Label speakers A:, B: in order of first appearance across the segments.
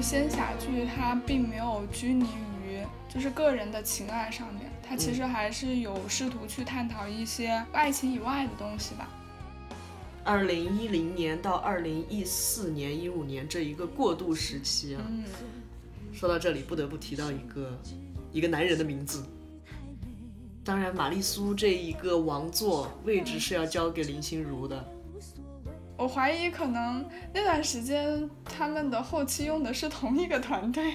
A: 仙侠剧它并没有拘泥于就是个人的情爱上面，它其实还是有试图去探讨一些爱情以外的东西吧。
B: 二零一零年到二零一四年、一五年这一个过渡时期啊，
A: 嗯，
B: 说到这里不得不提到一个一个男人的名字。当然，玛丽苏这一个王座位置是要交给林心如的。
A: 我怀疑可能那段时间他们的后期用的是同一个团队，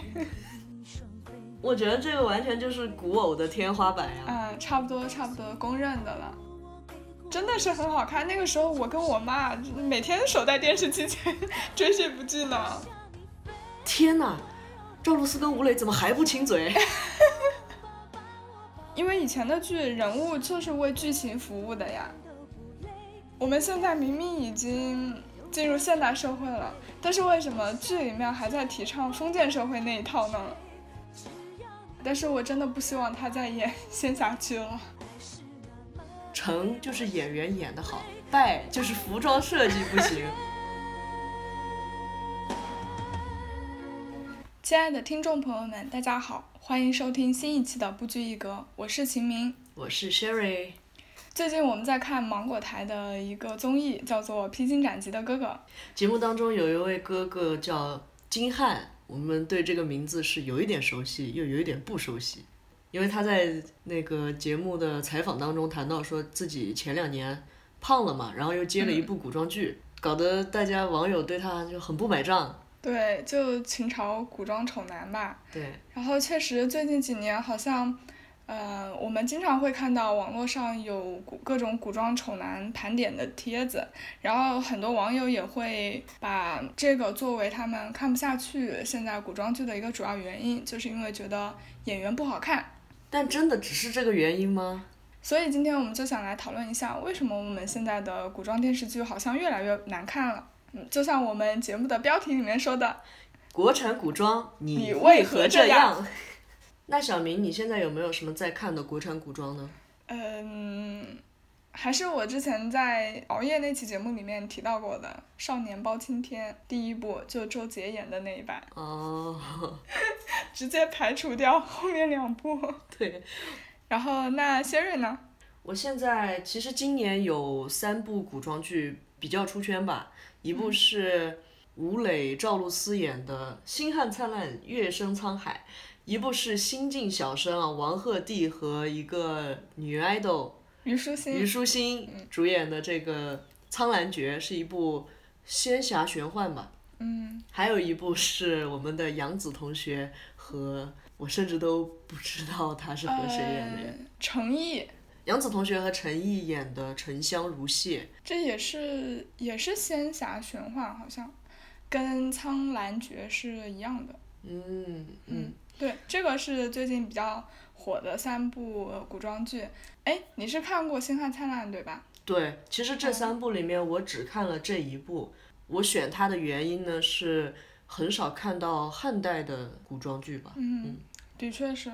B: 我觉得这个完全就是古偶的天花板呀、
A: 嗯，差不多差不多公认的了。真的是很好看，那个时候我跟我妈每天守在电视机前 追这部剧呢。
B: 天哪，赵露思跟吴磊怎么还不亲嘴？
A: 因为以前的剧人物就是为剧情服务的呀。我们现在明明已经进入现代社会了，但是为什么剧里面还在提倡封建社会那一套呢？但是我真的不希望他再演 仙侠剧了。
B: 成就是演员演得好，败就是服装设计不行。
A: 亲爱的听众朋友们，大家好，欢迎收听新一期的《不拘一格》，我是秦明。
B: 我是 Sherry，
A: 最近我们在看芒果台的一个综艺，叫做《披荆斩棘的哥哥》。
B: 节目当中有一位哥哥叫金瀚，我们对这个名字是有一点熟悉，又有一点不熟悉，因为他在那个节目的采访当中谈到说自己前两年胖了嘛，然后又接了一部古装剧，搞得大家网友对他就很不买账。
A: 对，就秦朝古装丑男吧。
B: 对，
A: 然后确实最近几年好像，呃，我们经常会看到网络上有古各种古装丑男盘点的帖子，然后很多网友也会把这个作为他们看不下去现在古装剧的一个主要原因，就是因为觉得演员不好看。
B: 但真的只是这个原因吗？
A: 所以今天我们就想来讨论一下，为什么我们现在的古装电视剧好像越来越难看了。嗯，就像我们节目的标题里面说的，
B: 国产古装，
A: 你
B: 为
A: 为
B: 何
A: 何
B: 这
A: 这样
B: 样？那小明，你现在有没有什么在看的国产古装呢？
A: 嗯，还是我之前在熬夜那期节目里面提到过的《少年包青天》第一部，就周杰演的那一版，
B: 哦，
A: 直接排除掉后面两部。
B: 对，
A: 然后那仙瑞呢？
B: 我现在其实今年有三部古装剧比较出圈吧，一部是吴磊、赵露思演的《星汉灿烂，月升沧海》，一部是《新晋小生》啊，王鹤棣和一个女 idol
A: 虞书欣
B: 虞书欣主演的这个《苍兰诀》，是一部仙侠玄幻吧。嗯，还有一部是我们的杨紫同学和我甚至都不知道她是和谁演的。
A: 呃，程毅，
B: 杨紫同学和陈毅演的《沉香如屑》，
A: 这也是也是仙侠玄幻，好像跟《苍兰诀》是一样的。
B: 嗯嗯，
A: 对，这个是最近比较火的三部呃古装剧。哎，你是看过《星汉灿烂》对吧？
B: 对，其实这三部里面我只看了这一部。我选它的原因呢是很少看到汉代的古装剧吧。
A: 嗯，的确是。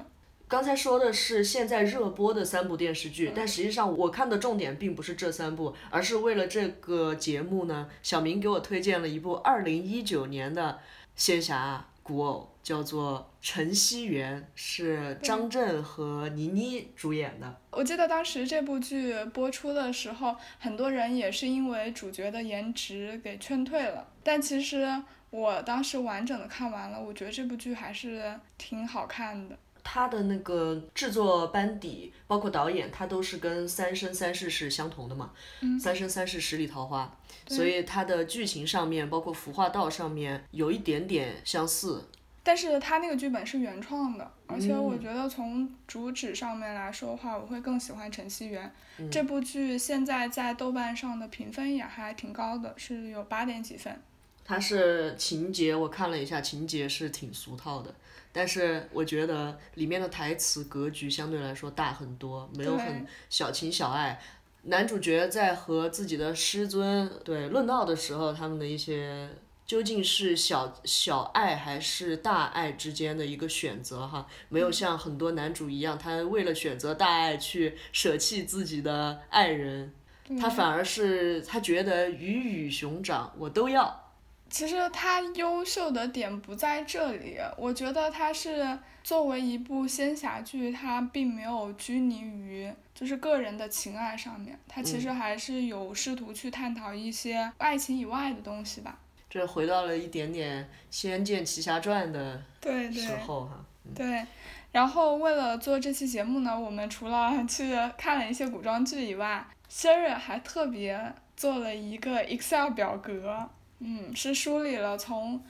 B: 刚才说的是现在热播的三部电视剧，但实际上我看的重点并不是这三部，而是为了这个节目呢，小明给我推荐了一部二零一九年的仙侠古偶，叫做《晨曦缘》，是张震和倪妮主演的。
A: 我记得当时这部剧播出的时候，很多人也是因为主角的颜值给劝退了。但其实我当时完整的看完了，我觉得这部剧还是挺好看的。
B: 他的那个制作班底，包括导演，他都是跟《三生三世》是相同的嘛，三生三世十里桃花》，所以它的剧情上面，包括服化道上面，有一点点相似。
A: 但是它那个剧本是原创的，而且我
B: 嗯
A: 觉得从主旨上面来说的话，我会更喜欢《晨曦缘》这部剧。现在在豆瓣上的评分也还挺高的，是有八点几分。
B: 它是情节，我看了一下，情节是挺俗套的，但是我觉得里面的台词格局相对来说大很多，没有很小情小爱。男主角在和自己的师尊对论道的时候，他们的一些究竟是小小爱还是大爱之间的一个选择哈，没有像很多男主一样，他为了选择大爱去舍弃自己的
A: 嗯
B: 爱人，他反而是他觉得鱼与熊掌我都要。
A: 其实它优秀的点不在这里，我觉得它是作为一部仙侠剧，它并没有拘泥于就是个人的情爱上面，它其实还是有试图去探讨一些爱情以外的东西吧。
B: 这回到了一点点《仙剑奇侠传》的
A: 对对
B: 时候哈、
A: 对，然后为了做这期节目呢，我们除了 去看了一些古装剧以外，Sherry 还特别做了一个 Excel 表格，嗯，是梳理了从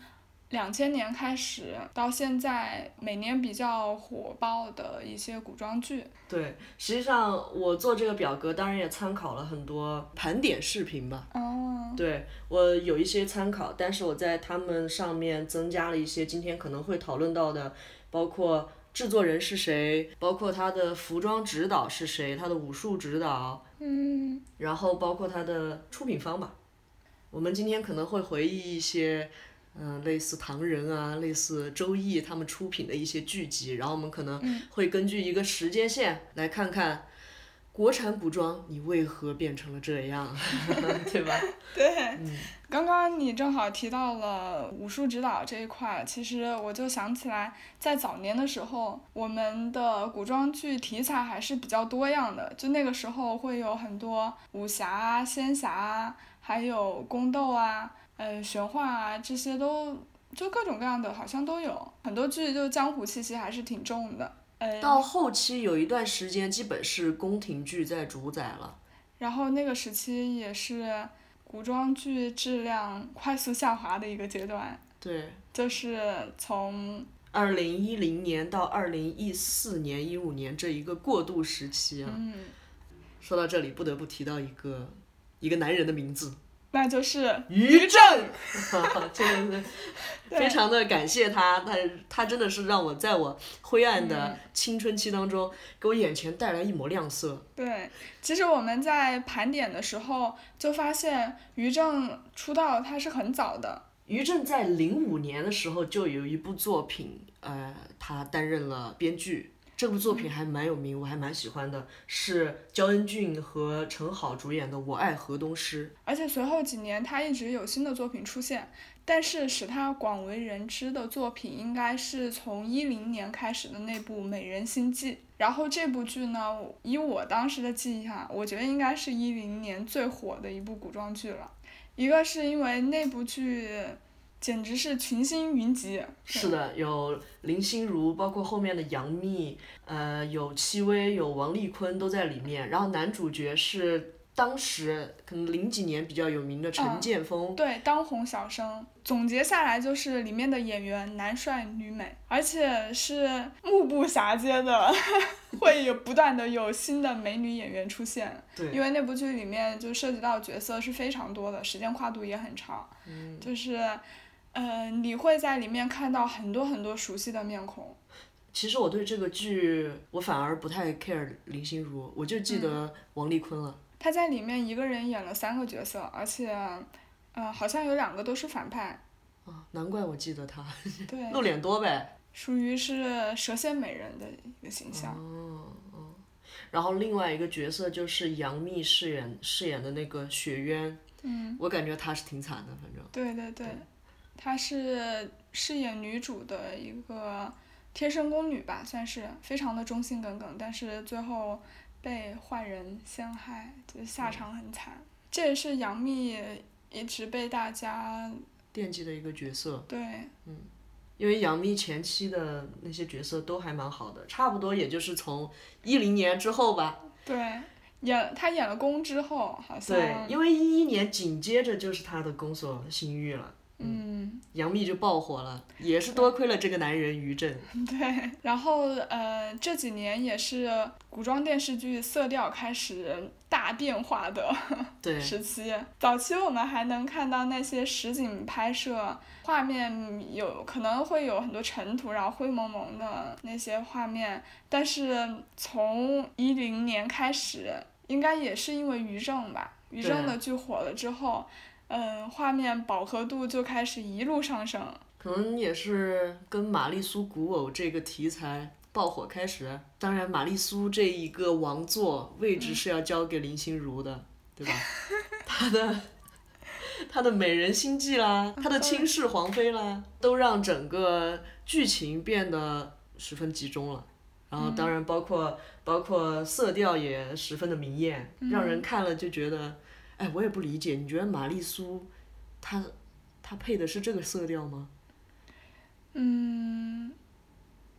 A: 两千年开始到现在每年比较火爆的一些古装剧。
B: 对，实际上我做这个表格，当然也参考了很多盘点视频吧。
A: 哦，
B: 对我有一些参考，但是我在他们上面增加了一些今天可能会讨论到的，包括制作人是谁，包括他的服装指导是谁，他的武术指导，
A: 嗯，
B: 然后包括他的出品方吧。我们今天可能会回忆一些，嗯、类似唐人啊，类似周易他们出品的一些剧集，然后我们可能会根据一个时间线来看看。国产古装，你为何变成了这样， 对吧？
A: 对，刚刚你正好提到了武术指导这一块儿，其实我就想起来，在早年的时候，我们的古装剧题材还是比较多样的，就那个时候会有很多武侠啊、仙侠啊，还有宫斗啊、呃玄幻啊，这些都就各种各样的，好像都有很多剧，就江湖气息还是挺重的。呃，
B: 到后期有一段时间，基本是宫廷剧在主宰了。
A: 然后那个时期也是古装剧质量快速下滑的一个阶段。
B: 对，
A: 就是从
B: 二零一零年到二零一四年、一五年这一个过渡时期啊。
A: 嗯，
B: 说到这里，不得不提到一个一个男人的名字
A: 那就是
B: 呃于正， 真的是
A: 对
B: 非常的感谢他，他他真的是让我在我灰暗的青春期当中，给我眼前带来一抹亮色。
A: 对。其实我们在盘点的时候就发现，于正出道他是很早的，
B: 于正在零五年的时候就有一部作品，呃，他担任了编剧。这部作品还蛮有名，我还蛮喜欢的，是焦恩俊和陈好主演的《我爱河东狮》。
A: 而且随后几年他一直有新的作品出现，但是使他广为人知的作品应该是从一零年开始的那部《美人心计》。然后这部剧呢，以我当时的记忆哈，我觉得应该是一零年最火的一部古装剧了。一个是因为那部剧简直是群星云集，
B: 是的，有林心如，包括后面的杨幂，呃，有戚薇，有王丽坤都在里面。然后男主角是当时可能零几年比较有名的陈
A: 嗯
B: 剑锋，
A: 对，当红小生。总结下来就是里面的演员男帅女美，而且是目不暇接的， 会有不断的有新的美女演员出现。
B: 对
A: 因为那部剧里面就涉及到角色是非常多的，时间跨度也很长。嗯，就是，呃，你会在里面看到很多很多熟悉的面孔。
B: 其实我对这个剧我反而不太 care 林心如，我就记得王丽坤了。
A: 他在里面一个人演了三个角色，而且，呃，好像有两个都是反派。
B: 啊，难怪我记得她，
A: 对，
B: 露脸多呗。
A: 属于是蛇蝎美人的一个形象。
B: 然后另外一个角色就是杨幂饰演饰演的那个雪渊，嗯，我感觉她是挺惨的，反正
A: 对对对，她是饰演女主的一个贴身宫女吧，算是非常的忠心耿耿，但是最后被坏人陷害，就是下场很惨。这也是杨幂一直被大家
B: 惦记的一个角色。
A: 对
B: 因为杨幂前期的那些角色都还蛮好的，差不多也就是从一零年之后吧。
A: 对演她演了宫之后，好像
B: 对，因为一一年紧接着就是她的《宫锁心玉》了，
A: 嗯
B: 杨幂就爆火了，也是多亏了这个男人于正。
A: 对，然后呃这几年也是古装电视剧色调开始大变化的。
B: 对，
A: 时期。早期我们还能看到那些实景拍摄，画面有可能会有很多尘土，然后灰蒙蒙的那些画面。但是从一零年开始，应该也是因为于正吧，于正的剧火了之后，嗯，画面饱和度就开始一路上升。
B: 可能也是跟玛丽苏古偶这个题材爆火开始。当然，玛丽苏这一个王 座位置是要交给林心如的，对吧？她的他的美人心计啦，他的轻视皇妃啦，都让整个剧情变得十分集中了。然后当然包括、包括色调也十分的明艳，让人看了就觉得，哎，我也不理解，你觉得玛丽苏，她她配的是这个色调吗？
A: 嗯，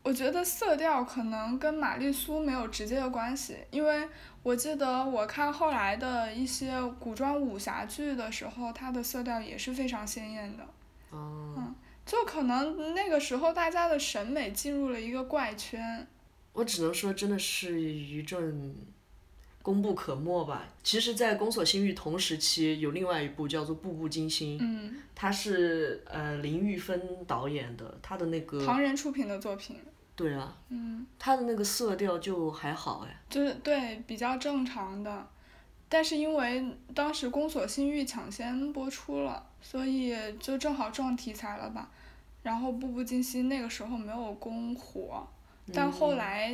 A: 我觉得色调可能跟玛丽苏没有直接的关系，因为我记得我看后来的一些古装武侠剧的时候，它的色调也是非常鲜艳的。嗯
B: 哦、
A: 就可能那个时候大家的审美进入了一个怪圈。
B: 我只能说，真的是一阵功不可没吧。其实，在《宫锁心玉》同时期，有另外一部叫做《步步惊心》，
A: 嗯，
B: 它是呃林玉芬导演的，他的那个
A: 唐人出品的作品，
B: 对啊，
A: 嗯，
B: 他的那个色调就还好哎，
A: 就是对比较正常的。但是因为当时《宫锁心玉》抢先播出了，所以就正好撞题材了吧。然后《步步惊心》那个时候没有公火，但后来，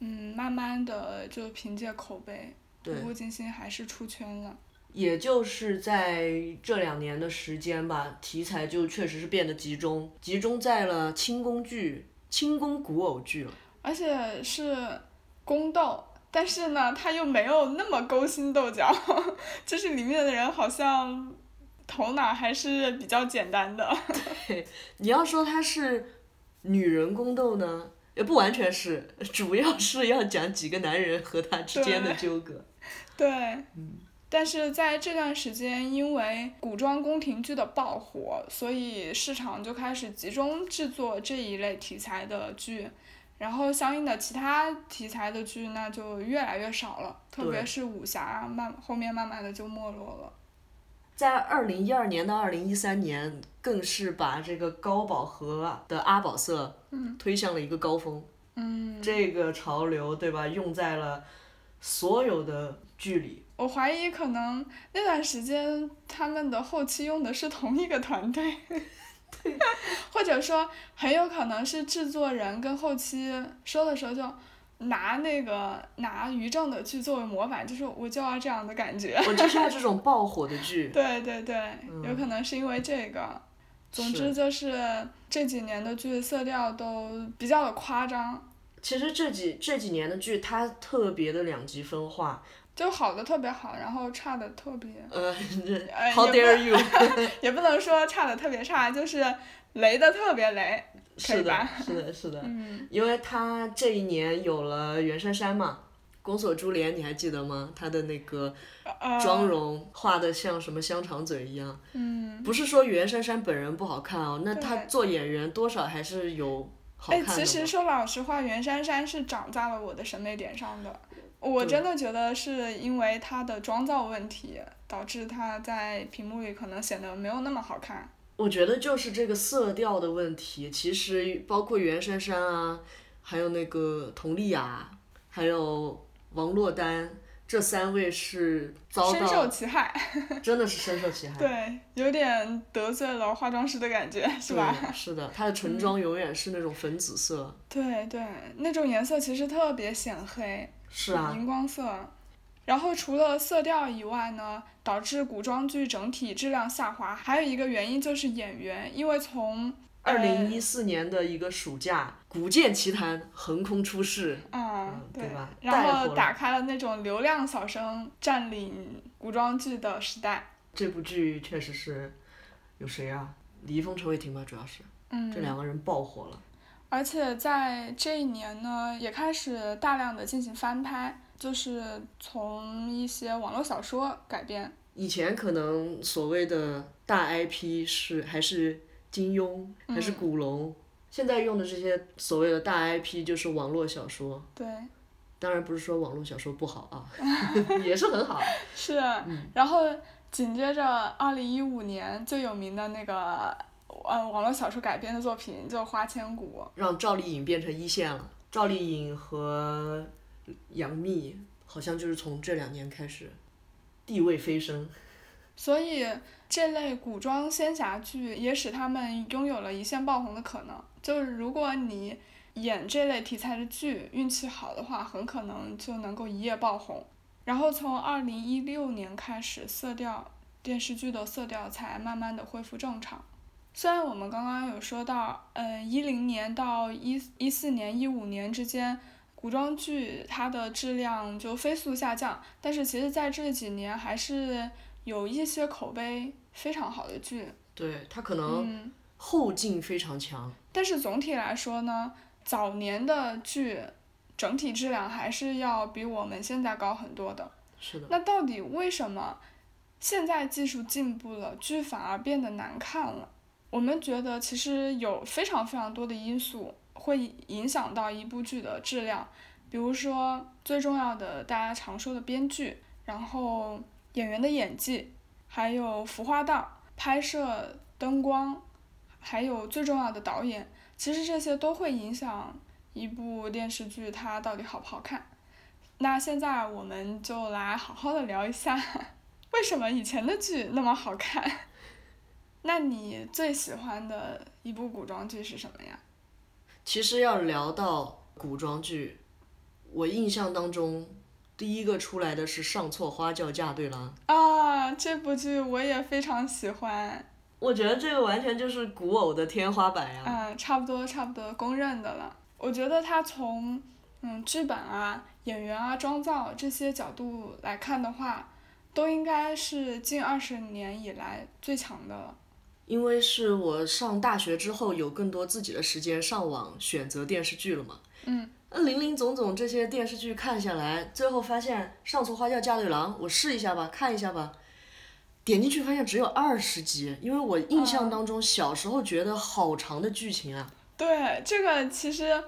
A: 嗯，慢慢的就凭借口碑，《
B: 对
A: 步步惊心》还是出圈了。
B: 也就是在这两年的时间吧，题材就确实是变得集中，集中在了清宫剧、清宫古偶剧了。
A: 而且是宫斗，但是呢，他又没有那么勾心斗角， 就是里面的人好像头脑还是比较简单的。
B: 你要说它是女人宫斗呢，也不完全是，主要是要讲几个男人和他之间的纠葛。
A: 对，但是在这段时间，因为古装宫廷剧的爆火，所以市场就开始集中制作这一类题材的剧，然后相应的其他题材的剧那就越来越少了，特
B: 对
A: 别是武侠慢后面慢慢的就没落了。
B: 在二零一二年到二零一三年，更是把这个高饱和的阿宝色推向了一个高峰。
A: 嗯，
B: 这个潮流，对吧？用在了所有的剧里。
A: 我怀疑可能那段时间他们的后期用的是同一个团队， 或者说很有可能是制作人跟后期说的时候就拿那个拿于正的剧作为模板，就是我就要这样的感觉。
B: 我就是要这种爆火的剧。
A: 对对对，有可能是因为这个。 总之就是这几年的剧色调都比较的夸张，
B: 其实这几这几年的剧，它特别的两极分化。
A: 就好的特别好，然后差的特别
B: 呃
A: 哎
B: ，How
A: 也
B: dare you？
A: 也不能说差的特别差，就是雷的特别雷。可以
B: 是的
A: 吧，
B: 是的，是的。
A: 嗯，
B: 因为它这一年有了袁姗姗嘛，《宫锁珠帘》，你还记得吗？她的那个
A: 呃，
B: 妆容画的像什么香肠嘴一样。
A: 嗯，
B: 不是说袁姗姗本人不好看哦，那
A: 对
B: 她做演员多少还是有好
A: 哎，
B: 看的嘛。
A: 其实说老实话，袁姗姗是长在了我的审美点上的。我
B: 对
A: 真的觉得是因为她的妆造问题，导致她在屏幕里可能显得没有那么好看。
B: 我觉得就是这个色调的问题，其实包括袁姗姗啊，还有那个佟丽娅，还有王珞丹，这三位是遭
A: 深受
B: 到
A: 其害，
B: 真的是深受其害，
A: 对，有点得罪了化妆师的感觉，是吧？嗯
B: 对？是的，她的唇妆永远是那种粉紫色。
A: 对对，那种颜色其实特别显黑，
B: 是啊，
A: 荧光色。然后除了色调以外呢，导致古装剧整体质量下滑，还有一个原因就是演员，因为从
B: 二
A: 呃
B: 零一四年的一个暑假，《古剑奇谭》横空出世，
A: 啊，
B: 嗯对吧带
A: 然
B: 火
A: 后
B: 了
A: 打开了那种流量小生占领古装剧的时代。
B: 这部剧确实是有谁啊？李易峰、陈伟霆吧，主要是这
A: 嗯，
B: 两个人爆火了。
A: 而且在这一年呢，也开始大量的进行翻拍，就是从一些网络小说改编。
B: 以前可能所谓的大 IP 是还是金庸，还
A: 嗯
B: 是古龙，现在用的这些所谓的大 IP 就是网络小说。
A: 对，
B: 当然不是说网络小说不好啊， 也是很好。
A: 是。然后紧接着，二零一五年最有名的那个。呃，网络小说改编的作品就《花千骨》，
B: 让赵丽颖变成一线了，赵丽颖和杨幂好像就是从这两年开始地位飞升。
A: 所以这类古装仙侠剧也使他们拥有了一线爆红的可能。就是如果你演这类题材的剧，运气好的话，很可能就能够一夜爆红。然后从二零一六年开始，色调电视剧的色调才慢慢的恢复正常。虽然我们刚刚有说到，嗯，一零年到一一四年、一五年之间，古装剧它的质量就飞速下降，但是其实在这几年还是有一些口碑非常好的剧，嗯
B: 对它可能后劲非常强。
A: 但是总体来说呢，早年的剧整体质量还是要比我们现在高很多的。
B: 是的，
A: 那到底为什么现在技术进步了，剧反而变得难看了？我们觉得其实有非常非常多的因素会影响到一部剧的质量，比如说最重要的大家常说的编剧，然后演员的演技，还有服化道、拍摄、灯光，还有最重要的导演，其实这些都会影响一部电视剧它到底好不好看。那现在我们就来好好的聊一下，为什么以前的剧那么好看？ 那你最喜欢的一部古装剧是什么呀？
B: 其实要聊到古装剧，我印象当中第一个出来的是《上错花轿嫁对郎》，
A: 啊，这部剧我也非常喜欢，
B: 我觉得这个完全就是古偶的天花板哎呀。
A: 嗯，差不多差不多公认的了。我觉得它从嗯剧本啊、演员啊、妆造这些角度来看的话，都应该是近二十年以来最强的了。
B: 因为是我上大学之后有更多自己的时间上网选择电视剧了嘛，
A: 嗯，
B: 那林林总总这些电视剧看下来，最后发现《上错花轿嫁对郎》，我试一下吧，看一下吧。点进去发现只有二十集，因为我印象当中小时候觉得好长的剧情啊，
A: 对，这个其实，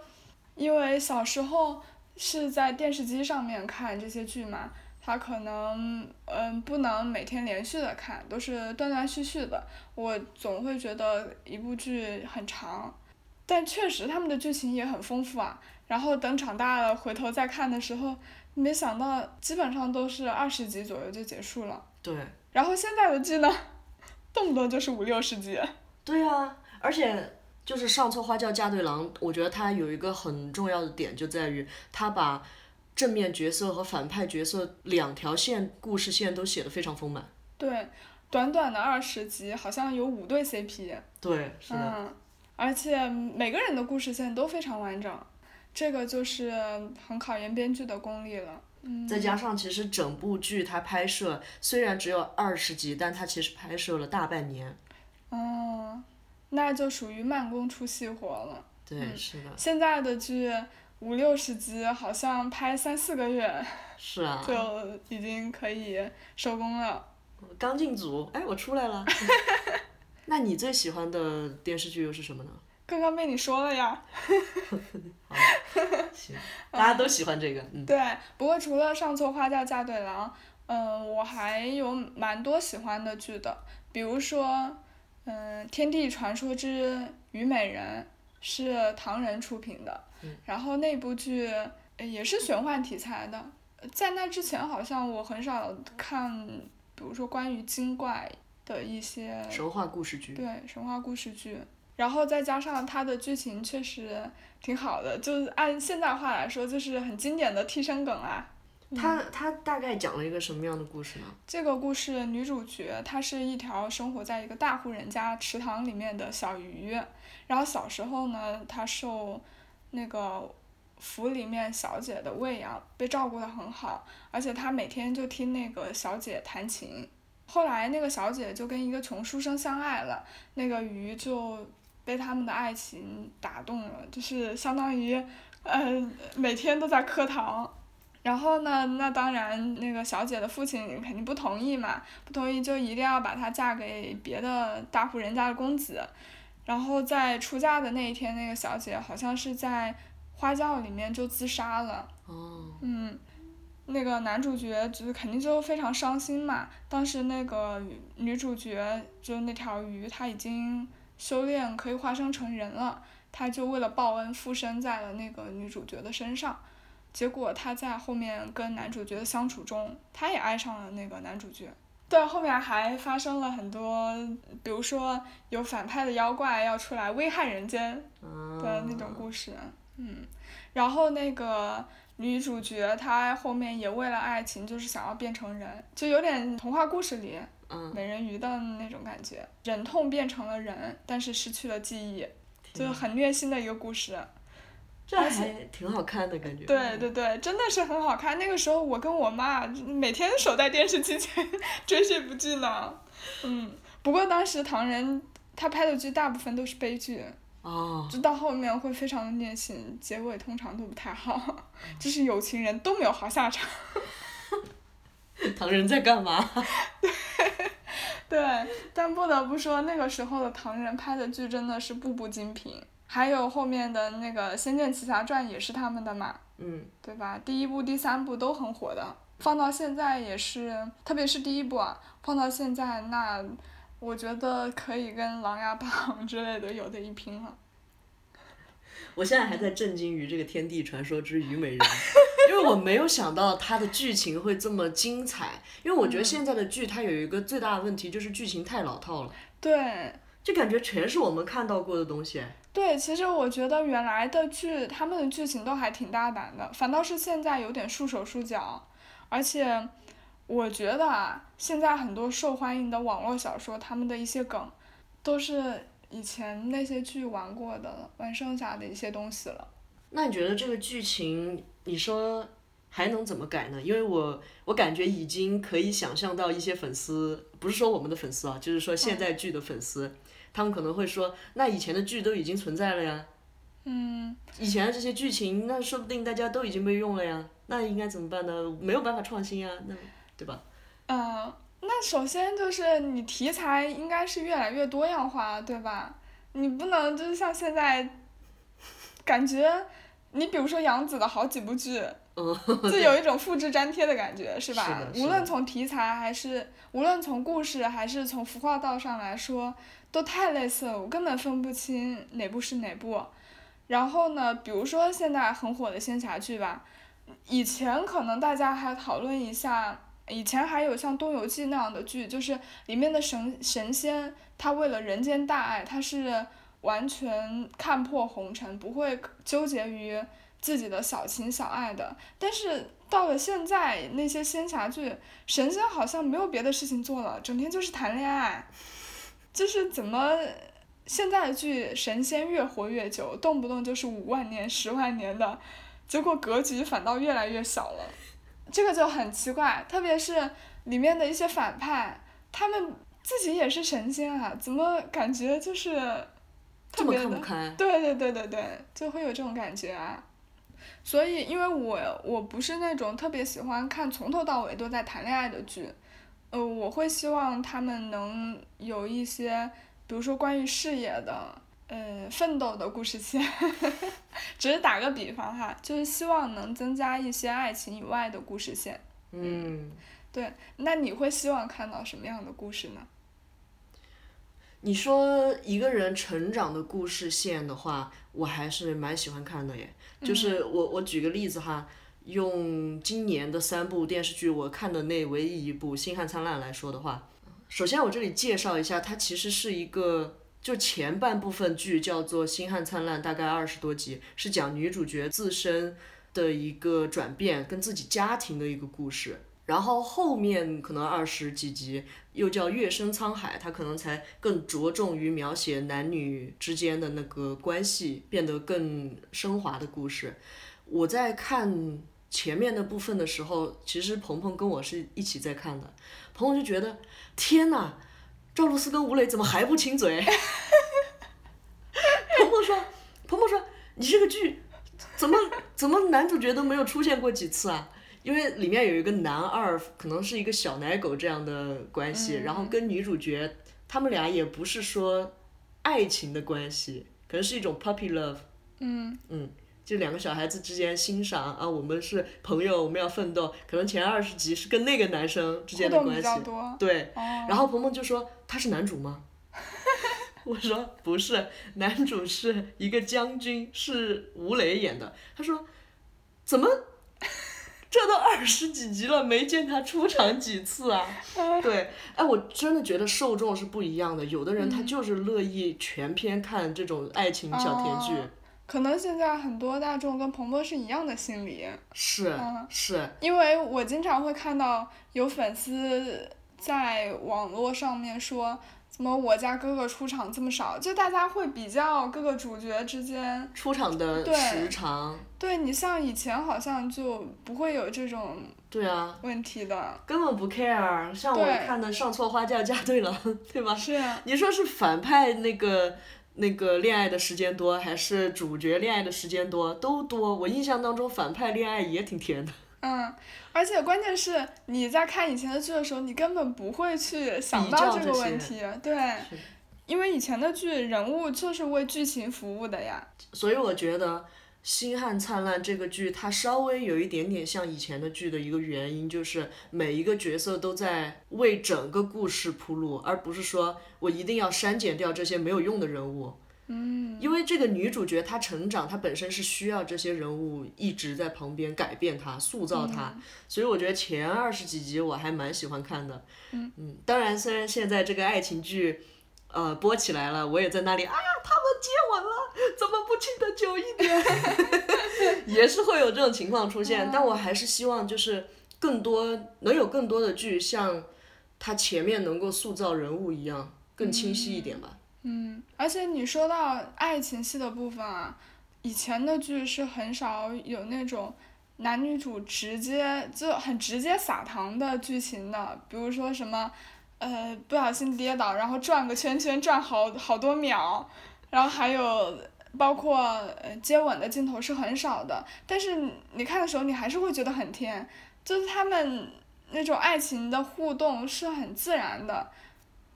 A: 因为小时候是在电视机上面看这些剧嘛，它可能嗯不能每天连续的看，都是断断续续的。我总会觉得一部剧很长，但确实他们的剧情也很丰富啊。然后等长大了回头再看的时候，没想到基本上都是二十集左右就结束了。
B: 对，
A: 然后现在的剧呢， 动不动就是五六十集。
B: 对啊，而且就是上错花轿嫁对郎，我觉得它有一个很重要的点就在于，它把正面角色和反派角色两条线故事线都写得非常丰满。
A: 对，短短的二十集，好像有五对 CP，
B: 对，是的，
A: 嗯，而且每个人的故事线都非常完整，这个就是很考验编剧的功力了。嗯，
B: 再加上其实整部剧它拍摄虽然只有二十集，但它其实拍摄了大半年。
A: 嗯，那就属于慢工出细活了。
B: 对，是的，
A: 现在的剧五六十集，好像拍三四个月
B: 是啊，
A: 就已经可以收工了。
B: 刚进组，哎，我出来了。那你最喜欢的电视剧又是什么呢？
A: 刚刚被你说了呀。
B: 行，大家都喜欢这个，嗯，
A: 对，不过除了上错花轿嫁对郎，嗯，我还有蛮多喜欢的剧的，比如说，嗯，《天地传说之虞美人》是唐人出品的，然后那部剧呃也是玄幻题材的，在那之前好像我很少看，比如说关于精怪的一些
B: 神话故事剧。
A: 对，神话故事剧，然后再加上它的剧情确实挺好的，就是按现代话来说，就是很经典的替身梗啊。
B: 它它大概讲了一个什么样的故事呢？
A: 这个故事女主角她是一条生活在一个大户人家池塘里面的小鱼，然后小时候呢，她受那个府里面小姐的喂养，被照顾得很好，而且她每天就听那个小姐弹琴。后来那个小姐就跟一个穷书生相爱了，那个鱼就被他们的爱情打动了，就是相当于，呃，每天都在磕糖。然后呢，那当然那个小姐的父亲肯定不同意嘛，不同意就一定要把她嫁给别的大户人家的公子。然后在出嫁的那一天，那个小姐好像是在花轿里面就自杀了。
B: 哦，
A: 嗯，那个男主角就是肯定就非常伤心嘛。当时那个女主角就那条鱼，她已经修炼可以化身成人了，她就为了报恩附身在了那个女主角的身上。结果她在后面跟男主角的相处中，她也爱上了那个男主角。对，后面还发生了很多，比如说有反派的妖怪要出来危害人间，
B: 嗯
A: 的啊那种故事。嗯，然后那个女主角她后面也为了爱情，就是想要变成人，就有点童话故事里嗯， 美人鱼的那种感觉，忍痛变成了人，但是失去了记忆，就是很虐心的一个故事。
B: 这还挺好看的感觉。
A: 对对对，真的是很好看。那个时候我跟我妈每天守在电视机前追这部剧呢。嗯，不过当时唐人他拍的剧大部分都是悲剧，
B: 哦，
A: 就到后面会非常的虐心，结尾通常都不太好， 就是有情人都没有好下场。
B: 唐人在干嘛？
A: 对，但不得不说，那个时候的唐人拍的剧真的是步步精品。还有后面的那个《仙剑奇侠传》也是他们的嘛，
B: 嗯，
A: 对吧？第一部、第三部都很火的，放到现在也是，特别是第一部啊，放到现在那，我觉得可以跟《琅琊榜》之类的有的一拼了。
B: 我现在还
A: 嗯
B: 在震惊于这个《天地传说之虞美人》 ，因为我没有想到它的剧情会这么精彩。因为我
A: 嗯
B: 觉得现在的剧它有一个最大的问题就是剧情太老套了，
A: 对
B: 就感觉全是我们看到过的东西。
A: 对，其实我觉得原来的剧他们的剧情都还挺大胆的，反倒是现在有点束手束脚，而且我觉得啊，现在很多受欢迎的网络小说，他们的一些梗都是以前那些剧玩过的、玩剩下的一些东西了。
B: 那你觉得这个剧情，你说还能怎么改呢？因为我我感觉已经可以想象到一些粉丝，不是说我们的粉丝啊，就是说现在剧的粉丝，他们可能会说，那以前的剧都已经存在了呀，
A: 嗯，
B: 以前的这些剧情，那说不定大家都已经被用了呀，那应该怎么办呢？没有办法创新啊，那对吧？
A: 呃，那首先就是你题材应该是越来越多样化，对吧？你不能就是像现在，感觉你比如说杨紫的好几部剧，
B: 嗯，
A: 就有一种复制粘贴的感觉，是吧？
B: 是的是的
A: 无论从题材还是无论从故事还是从服化道上来说，都太类似了，我根本分不清哪部是哪部。然后呢，比如说现在很火的仙侠剧吧，以前可能大家还讨论一下，以前还有像《东游记》那样的剧，就是里面的神神仙，他为了人间大爱，他是完全看破红尘，不会纠结于自己的小情小爱的。但是到了现在，那些仙侠剧，神仙好像没有别的事情做了，整天就是谈恋爱，就是怎么现在的剧神仙越活越久，动不动就是五万年、十万年的，结果格局反倒越来越小了，这个就很奇怪。特别是里面的一些反派，他们自己也是神仙啊，怎么感觉就是特
B: 这么
A: 别
B: 看啊
A: 的
B: 不开，
A: 对对对对对，就会有这种感觉啊。所以，因为我我不是那种特别喜欢看从头到尾都在谈恋爱的剧，呃，我会希望他们能有一些，比如说关于事业的，呃，奋斗的故事线， 只是打个比方哈，就是希望能增加一些爱情以外的故事线。
B: 嗯。
A: 那你会希望看到什么样的故事呢？
B: 你说一个人成长的故事线的话，我还是蛮喜欢看的耶。就是我我举个例子哈，用今年的三部电视剧我看的那唯一一部《星汉灿烂》来说的话，首先我这里介绍一下，它其实是一个。就前半部分剧叫做《星汉灿烂》，大概二十多集，是讲女主角自身的一个转变跟自己家庭的一个故事。然后后面可能二十几集又叫《月升沧海》，它可能才更着重于描写男女之间的那个关系变得更升华的故事。我在看前面的部分的时候，其实鹏鹏跟我是一起在看的，鹏鹏就觉得天哪，赵露思跟吴磊怎么还不亲嘴？ 鹏鹏说，鹏鹏说，你这个剧怎么怎么男主角都没有出现过几次啊？因为里面有一个男二，可能是一个小奶狗这样的关系，
A: 嗯
B: 然后跟女主角他们俩也不是说爱情的关系，可能是一种 puppy love，
A: 嗯
B: 就两个小孩子之间欣赏啊，我们是朋友，我们要奋斗。可能前二十集是跟那个男生之
A: 互
B: 间的
A: 动
B: 关
A: 比
B: 系
A: 较，多。
B: 对，
A: 哦，
B: 然后鹏鹏就说他是男主吗？ 我说不是，男主是一个将军，是吴磊演的。他说怎么这都二十几集了，没见他出场几 次啊？对，哎，我真的觉得受众是不一样的，有的人
A: 嗯
B: 他就是乐意全篇看这种爱情小甜剧，
A: 哦可能现在很多大众跟鹏鹏是一样的心理。
B: 是
A: 嗯
B: 是，
A: 因为我经常会看到有粉丝在网络上面说，怎么我家哥哥出场这么少？就大家会比较各个主角之间。
B: 出场的
A: 对
B: 时长，
A: 对你像以前好像就不会有这种
B: 对啊，
A: 问题的，
B: 根本不 care。像我
A: 对
B: 看的《上错花轿嫁对郎》， 对吧？
A: 是啊
B: 你说是反派那个那个恋爱的时间多，还是主角恋爱的时间多？都多。我印象当中，反派恋爱也挺甜的。
A: 嗯，而且关键是你在看以前的剧的时候，你根本不会去想
B: 比
A: 到
B: 较
A: 这
B: 这
A: 个
B: 些
A: 问题，对，因为以前的剧人物就是为剧情服务的呀，
B: 所以我觉得《星汉灿烂》这个剧，它稍微有一点点像以前的剧的一个原因，就是每一个角色都在为整个故事铺路，而不是说我一定要删减掉这些没有用的人物。嗯，因为这个女主角她成长，她本身是需要这些人物一直在旁边改变她、塑造她，所以我觉得前二十几集我还蛮喜欢看的。嗯嗯，当然，虽然现在这个爱情剧，呃，播起来了，我也在那里啊，他们接吻了。 怎么不亲的久一点？ 也是会有这种情况出现，但我还是希望就是更多能有更多的剧像它前面能够塑造人物一样更清晰一点 吧。
A: 嗯，而且你说到爱情戏的部分啊，以前的剧是很少有那种。男女主直接就很直接撒糖的剧情的，比如说什么，呃，不小心跌倒，然后转个圈圈，转好好多秒，然后还有包括呃接吻的镜头是很少的，但是你看的时候你还是会觉得很甜，就是他们那种爱情的互动是很自然的。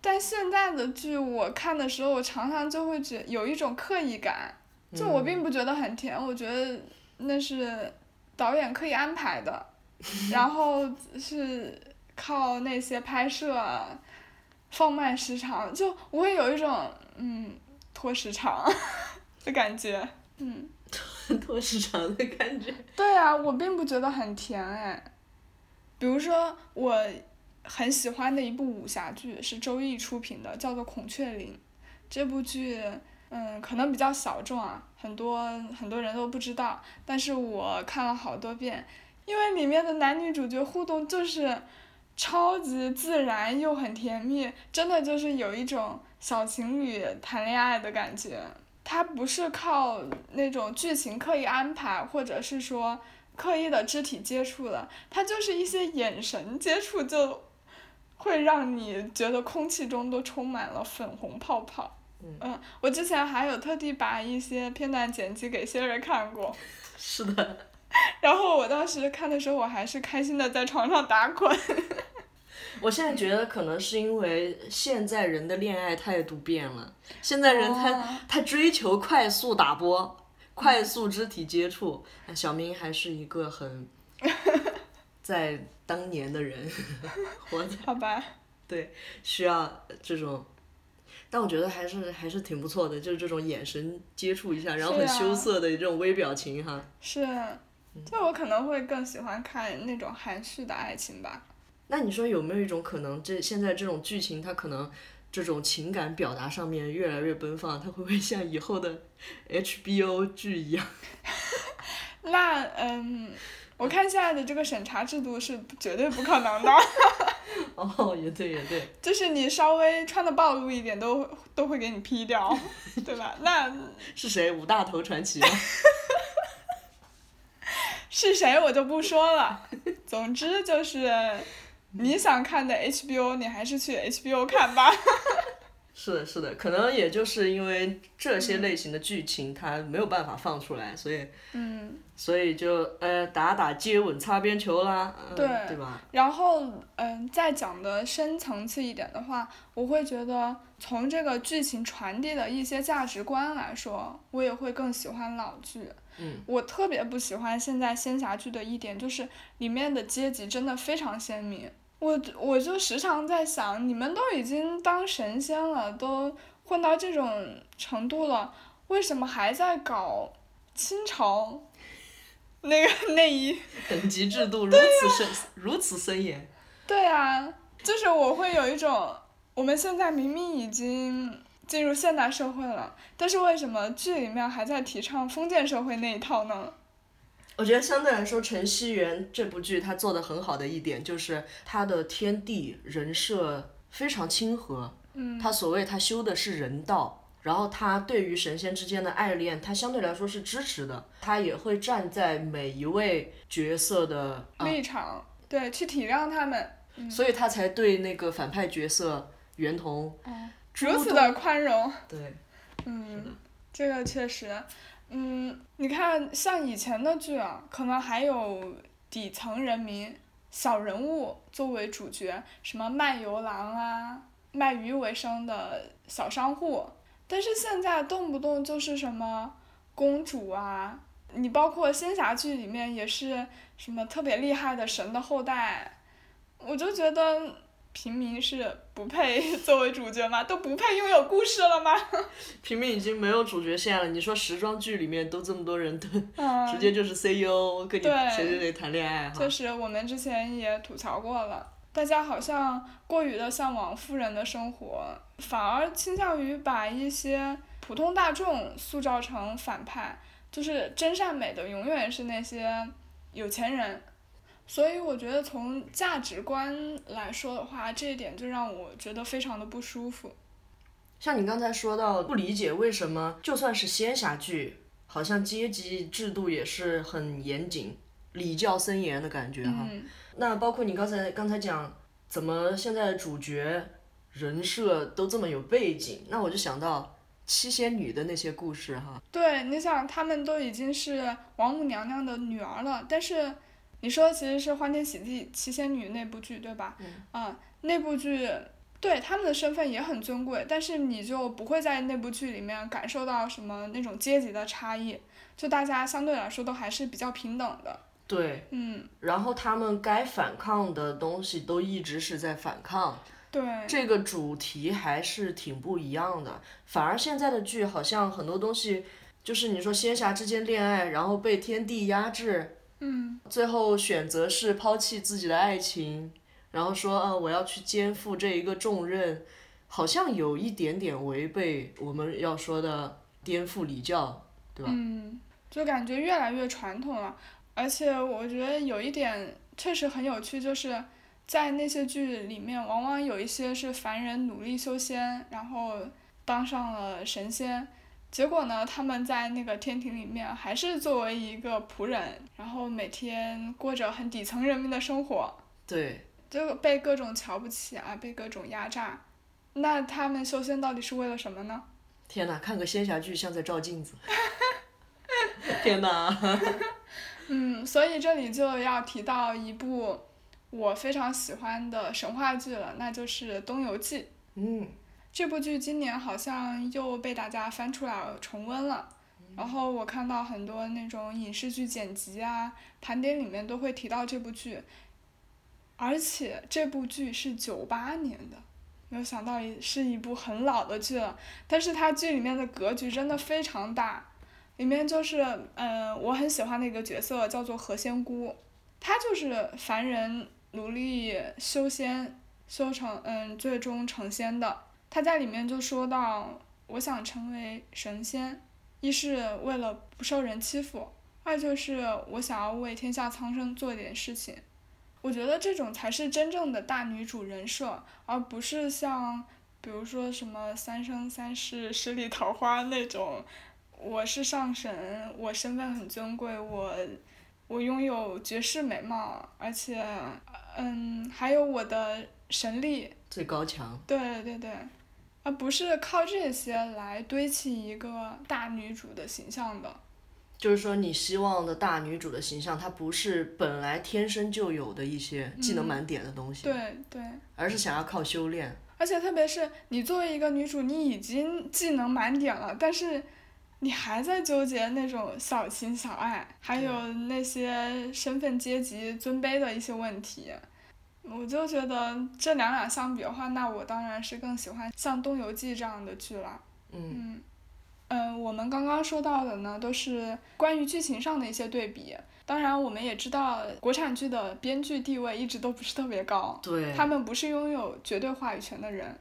A: 但现在的剧我看的时候，我常常就会觉有一种刻意感，就我并不觉得很甜，我觉得那是导演刻意安排的，然后是靠那些拍摄放慢时长，就我会有一种嗯拖时长 的感觉。
B: 拖时长的感觉。
A: 对啊，我并不觉得很甜哎。比如说，我很喜欢的一部武侠剧是周轶出品的，叫做《孔雀翎》。这部剧，嗯，可能比较小众啊，很多很多人都不知道。但是我看了好多遍，因为里面的男女主角互动就是超级自然又很甜蜜，真的就是有一种小情侣谈恋爱的感觉。它不是靠那种剧情刻意安排，或者是说刻意的肢体接触的，它就是一些眼神接触就会让你觉得空气中都充满了粉红泡泡。
B: 嗯
A: 我之前还有特地把一些片段剪辑给 Siri 看过，
B: 是的，
A: 然后我当时看的时候，我还是开心的在床上打滚。
B: 我现在觉得可能是因为现在人的恋爱态度变了，现在人他、
A: 哦
B: 他追求快速打波。快速肢体接触，哎小明还是一个 很在当年的人，活在
A: 好吧，
B: 需要这种，但我觉得还是还是挺不错的，就是这种眼神接触一下，然后
A: 是
B: 很
A: 啊
B: 羞涩的这种微表情哈。
A: 是，就我可能会更喜欢看那种含蓄的爱情吧。
B: 那你说有没有一种可能，这现在这种剧情它可能这种情感表达上面越来越奔放，它会不会像以后的 HBO 剧一样？
A: 那嗯，我看现在的这个审查制度是绝对不可能的，
B: 哦，也对也对，
A: 就是你稍微穿的暴露一点都都会给你 P 掉，对吧？那
B: 是谁？五大头传奇吗？
A: 是谁我就不说了。总之就是，你想看的 HBO，你还是去 HBO 看吧。
B: 是的，是的，可能也就是因为这些类型的剧情它没有办法放出来，所以
A: 嗯。
B: 所以就呃打打接吻擦边球啦，嗯
A: 对
B: 对吧？
A: 然后，嗯，再讲的深层次一点的话，我会觉得从这个剧情传递的一些价值观来说，我也会更喜欢老剧。
B: 嗯，
A: 我特别不喜欢现在仙侠剧的一点就是里面的阶级真的非常鲜明。我我就时常在想，你们都已经当神仙了，都混到这种程度了，为什么还在搞清朝那个内衣？
B: 等级制度如此森、如此森严，
A: 对啊，就是我会有一种，我们现在明明已经进入现代社会了，但是为什么剧里面还在提倡封建社会那一套呢？
B: 我觉得相对来说，《陈希媛》这部剧它做的很好的一点就是它的天地人设非常亲和。嗯，它所谓它修的是人道，然后它对于神仙之间的爱恋，它相对来说是支持的，它也会站在每一位角色的啊
A: 立场，对，去体谅他们，
B: 所以他才对那个反派角色袁同
A: 如此的宽容。
B: 对，
A: 嗯，这个确实，嗯，你看，像以前的剧啊，可能还有底层人民、小人物作为主角，什么卖油郎啊、卖鱼为生的小商户，但是现在动不动就是什么公主啊，你包括仙侠剧里面也是什么特别厉害的神的后代，我就觉得平民是不配作为主角吗？都不配拥有故事了吗？
B: 平民已经没有主角线了。你说时装剧里面都这么多人，都直
A: 嗯，
B: 接就是 CEO 跟你
A: 对
B: 谁谁谁谈恋爱哈
A: 确。实，我们之前也吐槽过了，大家好像过于的向往富人的生活，反而倾向于把一些普通大众塑造成反派，就是真善美的永远是那些有钱人。所以我觉得从价值观来说的话，这一点就让我觉得非常的不舒服。
B: 像你刚才说到，不理解为什么就算是仙侠剧，好像阶级制度也是很严谨、礼教森严的感觉哈。
A: 嗯，
B: 那包括你刚才刚才讲，怎么现在主角人设都这么有背景，那我就想到七仙女的那些故事哈。
A: 对，你想他们都已经是王母娘娘的女儿了，但是你说其实是《欢天喜地七仙女》那部剧对吧？
B: 嗯
A: 啊，那部剧对他们的身份也很尊贵，但是你就不会在那部剧里面感受到什么那种阶级的差异，就大家相对来说都还是比较平等的。
B: 对，
A: 嗯，
B: 然后他们该反抗的东西都一直是在反抗，
A: 对，
B: 这个主题还是挺不一样的。反而现在的剧好像很多东西，就是你说仙侠之间恋爱，然后被天地压制，
A: 嗯，
B: 最后选择是抛弃自己的爱情，然后说，嗯、我要去肩负这一个重任，好像有一点点违背我们要说的颠覆礼教，对吧？
A: 嗯，就感觉越来越传统了。而且我觉得有一点确实很有趣，就是在那些剧里面，往往有一些是凡人努力修仙，然后当上了神仙。结果呢，他们在那个天庭里面还是作为一个仆人，然后每天过着很底层人民的生活，
B: 对，
A: 就被各种瞧不起啊，被各种压榨。那他们修仙到底是为了什么呢？
B: 天哪，看个仙侠剧像在照镜子， 天哪，
A: 嗯，所以这里就要提到一部我非常喜欢的神话剧了，那就是《东游记》。
B: 嗯，
A: 这部剧今年好像又被大家翻出来重温了。然后我看到很多那种影视剧剪辑啊，盘点里面都会提到这部剧，而且这部剧是九八年的，没有想到也是一部很老的剧了。但是它剧里面的格局真的非常大，里面就是嗯，我很喜欢的一个角色叫做何仙姑，她就是凡人努力修仙修成嗯最终成仙的。他在里面就说到，我想成为神仙，一是为了不受人欺负，二就是我想要为天下苍生做点事情。我觉得这种才是真正的大女主人设，而不是像比如说什么三生三世十里桃花那种，我是上神，我身份很尊贵，我我拥有绝世美貌，而且嗯还有我的神力，
B: 最高强，
A: 对对对，而不是靠这些来堆砌一个大女主的形象的。
B: 就是说你希望的大女主的形象，她不是本来天生就有的一些技能满点的东西，
A: 嗯对对，
B: 而是想要靠修炼。
A: 而且特别是你作为一个女主，你已经技能满点了，但是你还在纠结那种小情小爱，还有那些身份、阶级、尊卑的一些问题。我就觉得这两两相比的话，那我当然是更喜欢像《东游记》这样的剧啦。
B: 嗯，
A: 嗯，呃我们刚刚说到的呢，都是关于剧情上的一些对比。当然，我们也知道国产剧的编剧地位一直都不是特别高，
B: 对，
A: 他们不是拥有绝对话语权的人，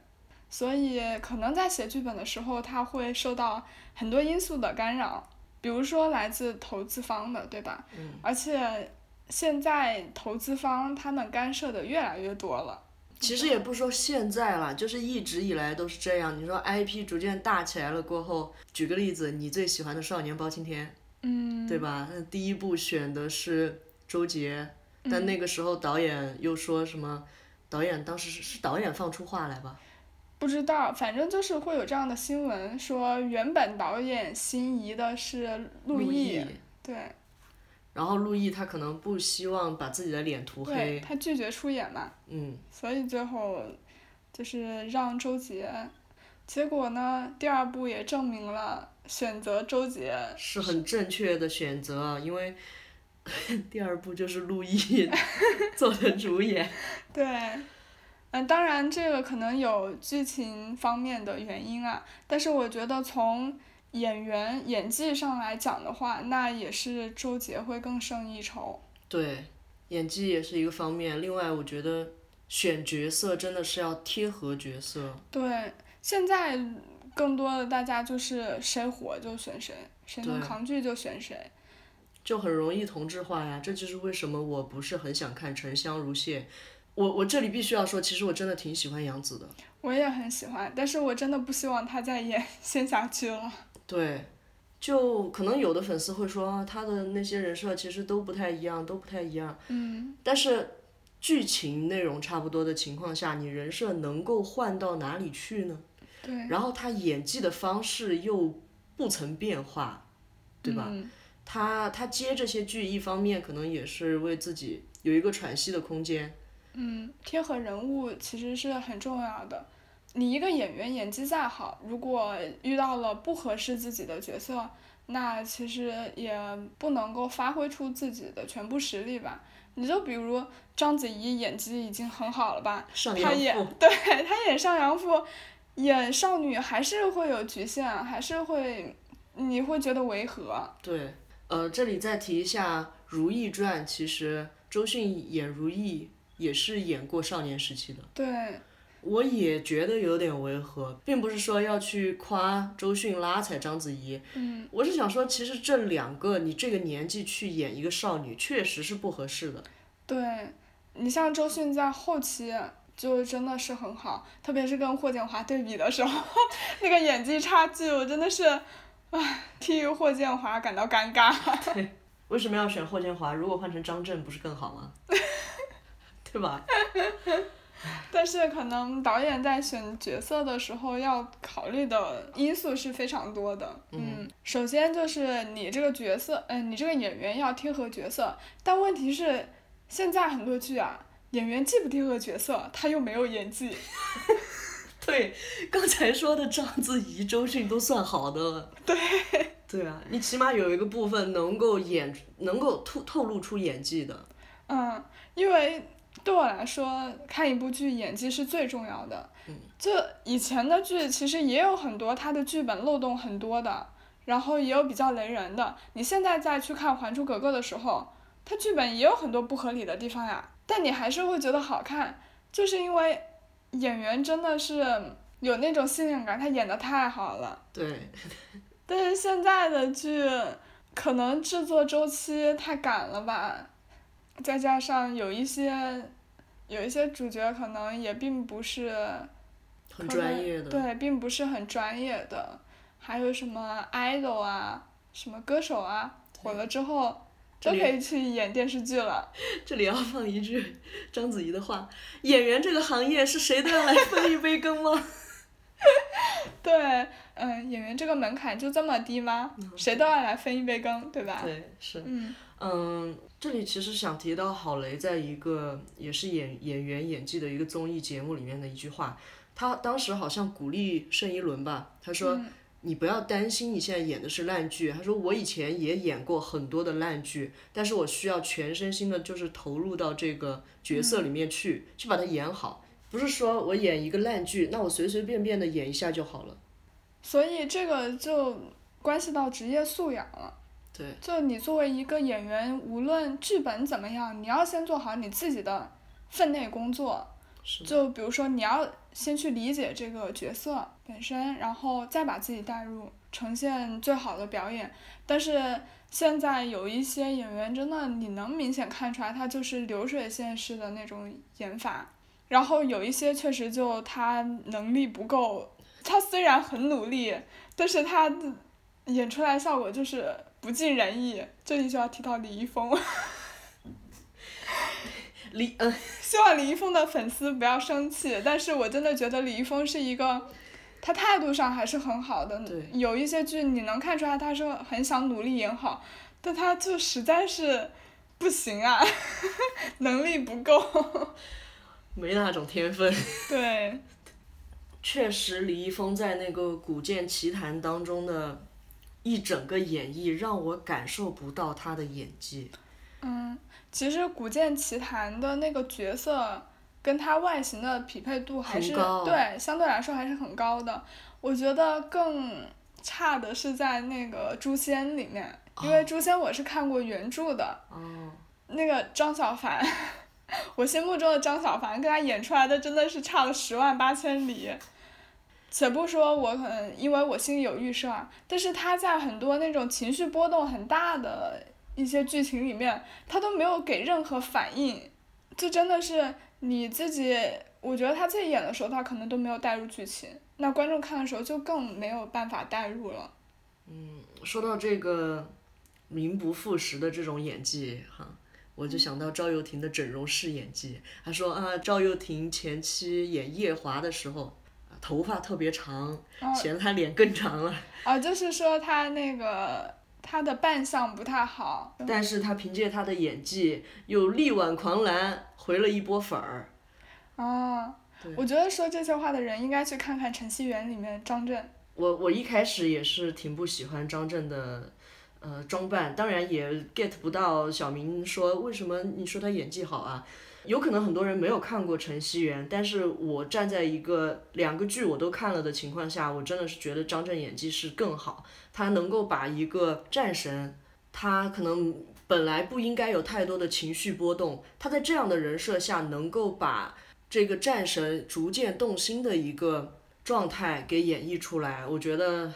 A: 所以可能在写剧本的时候，他会受到很多因素的干扰。比如说来自投资方的，对吧？嗯、而且现在投资方他们干涉的越来越多了。
B: 其实也不说现在啦，就是一直以来都是这样。你说 IP 逐渐大起来了过后，举个例子，你最喜欢的少年包青天，
A: 嗯，
B: 对吧？那第一部选的是周杰，
A: 嗯
B: 但那个时候导演又说什么？导演当时是导演放出话来吧？
A: 不知道，反正就是会有这样的新闻，说原本导演心仪的是陆
B: 毅，
A: 对。
B: 然后陆毅他可能不希望把自己的脸涂黑，
A: 他拒绝出演嘛，
B: 嗯，
A: 所以最后就是让周杰，结果呢，第二部也证明了选择周杰
B: 是很正确的选择，啊因为 第二部就是陆毅 做的主演，
A: 对，嗯，当然这个可能有剧情方面的原因啊，但是我觉得从演员演技上来讲的话，那也是周杰会更胜一筹。
B: 对，演技也是一个方面。另外，我觉得选角色真的是要贴合角色。
A: 对，现在更多的大家就是谁火就选谁，谁能
B: 对
A: 扛剧就选谁。
B: 就很容易同质化呀。这就是为什么我不是很想看《沉香如屑》。我我这里必须要说，其实我真的挺喜欢杨紫的。
A: 我也很喜欢，但是我真的不希望他再演 仙侠剧了。
B: 对，就可能有的粉丝会说，啊，她的那些人设其实都不太一样，都不太一样。
A: 嗯，
B: 但是剧情内容差不多的情况下，你人设能够换到哪里去呢？
A: 对，
B: 然后她演技的方式又不曾变化，对吧？
A: 嗯
B: 他他接这些剧，一方面可能也是为自己有一个喘息的空间，
A: 嗯，贴合人物其实是很重要的。你一个演员演技再好，如果遇到了不合适自己的角色，那其实也不能够发挥出自己的全部实力吧。你就比如章子怡演技已经很好了吧，
B: 上
A: 她
B: 阳
A: 演
B: 赋。
A: 对她演上阳赋，演少女还是会有局限，还是会你会觉得违和。
B: 对，呃，这里再提一下《如懿传》，其实周迅演如懿也是演过少年时期的，
A: 对，
B: 我也觉得有点违和，并不是说要去夸周迅拉踩章子怡，
A: 嗯，
B: 我是想说，其实这两个你这个年纪去演一个少女，确实是不合适的。
A: 对，你像周迅在后期就真的是很好，特别是跟霍建华对比的时候， 那个演技差距，我真的是，唉，替霍建华感到尴尬。
B: 为什么要选霍建华？如果换成张震，不是更好吗？ 对吧？
A: 但是可能导演在选角色的时候要考虑的因素是非常多的。嗯，首先就是你这个角色，嗯、你这个演员要贴合角色，但问题是现在很多剧啊，演员既不贴合角色，他又没有演技。
B: 对，刚才说的章子怡、周迅都算好的了。对。对啊，你起码有一个部分能够演，能够透透露出演技的。
A: 嗯，因为对我来说，看一部剧演技是最重要的。就以前的剧其实也有很多它的剧本漏洞很多的，然后也有比较雷人的。你现在再去看《还珠格格》的时候，它剧本也有很多不合理的地方呀，但你还是会觉得好看，就是因为演员真的是有那种信任感，他演的太好了。
B: 对，
A: 但是现在的剧可能制作周期太赶了吧，再加上有一些有一些主角可能也并不是
B: 很
A: 可能
B: 专业的。
A: 对，并不是很专业的，还有什么 idol 啊，什么歌手啊，火了之后
B: 这
A: 都
B: 里
A: 可以去演电视剧了。
B: 这里要放一句章子怡的话：“演员这个行业是谁都要来分一杯羹吗
A: 对，嗯，演员这个门槛就这么低吗？
B: 嗯
A: 谁都要来分一杯羹，对？”吧？
B: 对，是。
A: 嗯
B: 嗯，这里其实想提到郝蕾在一个也是演演员演技的一个综艺节目里面的一句话，她当时好像鼓励盛一伦吧，她说。
A: 嗯
B: 你不要担心，你现在演的是烂剧。她说我以前也演过很多的烂剧，但是我需要全身心的，就是投入到这个角色
A: 嗯
B: 里面去，去把它演好。不是说我演一个烂剧，那我随随便便的演一下就好了。
A: 所以这个就关系到职业素养了。
B: 对，
A: 就你作为一个演员，无论剧本怎么样，你要先做好你自己的分内工作，就比如说，你要先去理解这个角色本身，然后再把自己带入，呈现最好的表演。但是现在有一些演员，真的你能明显看出来，他就是流水线式的那种演法。然后有一些确实就他能力不够，他虽然很努力，但是他演出来效果就是不尽人意。这里就要提到李易峰。
B: 李嗯，
A: 希望李易峰的粉丝不要生气，但是我真的觉得李易峰是一个，他态度上还是很好的。有一些剧你能看出来他是很想努力演好，但他就实在是不行啊， 能力不够，
B: 没那种天分。
A: 对，
B: 确实，李易峰在那个《古剑奇谭》当中的一整个演绎，让我感受不到他的演技。
A: 嗯，其实《古剑奇谭》的那个角色跟他外形的匹配度还是对相对来说还是很高的。我觉得更差的是在那个《诛仙》里面，因为《诛仙》我是看过原著的。
B: 哦。
A: 那个张小凡， 我心目中的张小凡跟他演出来的真的是差了十万八千里。且不说我可能因为我心里有预设啊，但是他在很多那种情绪波动很大的。一些剧情里面，他都没有给任何反应，这真的是你自己。我觉得他自己演的时候，他可能都没有带入剧情，那观众看的时候就更没有办法带入了。
B: 嗯，说到这个名不副实的这种演技哈，我就想到赵又廷的整容式演技。他说啊，赵又廷前期演夜华的时候，啊头发特别长，显得他脸更长了。
A: 啊，就是说他那个。他的扮相不太好，
B: 但是他凭借他的演技又力挽狂澜，回了一波粉儿。
A: 啊，我觉得说这些话的人应该去看看《晨曦园》里面张震。
B: 我我一开始也是挺不喜欢张震的，呃，装扮，当然也 get 不到小明说为什么你说他演技好啊。有可能很多人没有看过《晨曦园》，但是我站在一个两个剧我都看了的情况下，我真的是觉得张震演技是更好，他能够把一个战神，他可能本来不应该有太多的情绪波动，他在这样的人设下能够把这个战神逐渐动心的一个状态给演绎出来，我觉得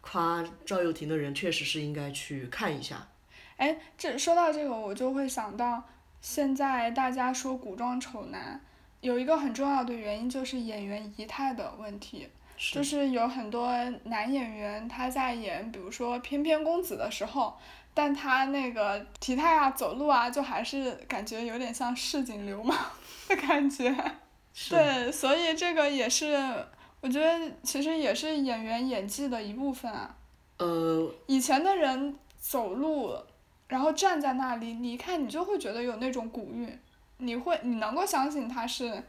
B: 夸赵又廷的人确实是应该去看一下。
A: 哎，这说到这个，我就会想到。现在大家说古装丑男，有一个很重要的原因就是演员仪态的问题，
B: 是
A: 就是有很多男演员他在演，比如说《翩翩公子》的时候，但他那个体态啊、走路啊，就还是感觉有点像市井流氓的感觉。对，啊所以这个也是，我觉得其实也是演员演技的一部分啊。
B: 呃，
A: 以前的人走路。然后站在那里，你一看你就会觉得有那种古韵，你会你能够相信他是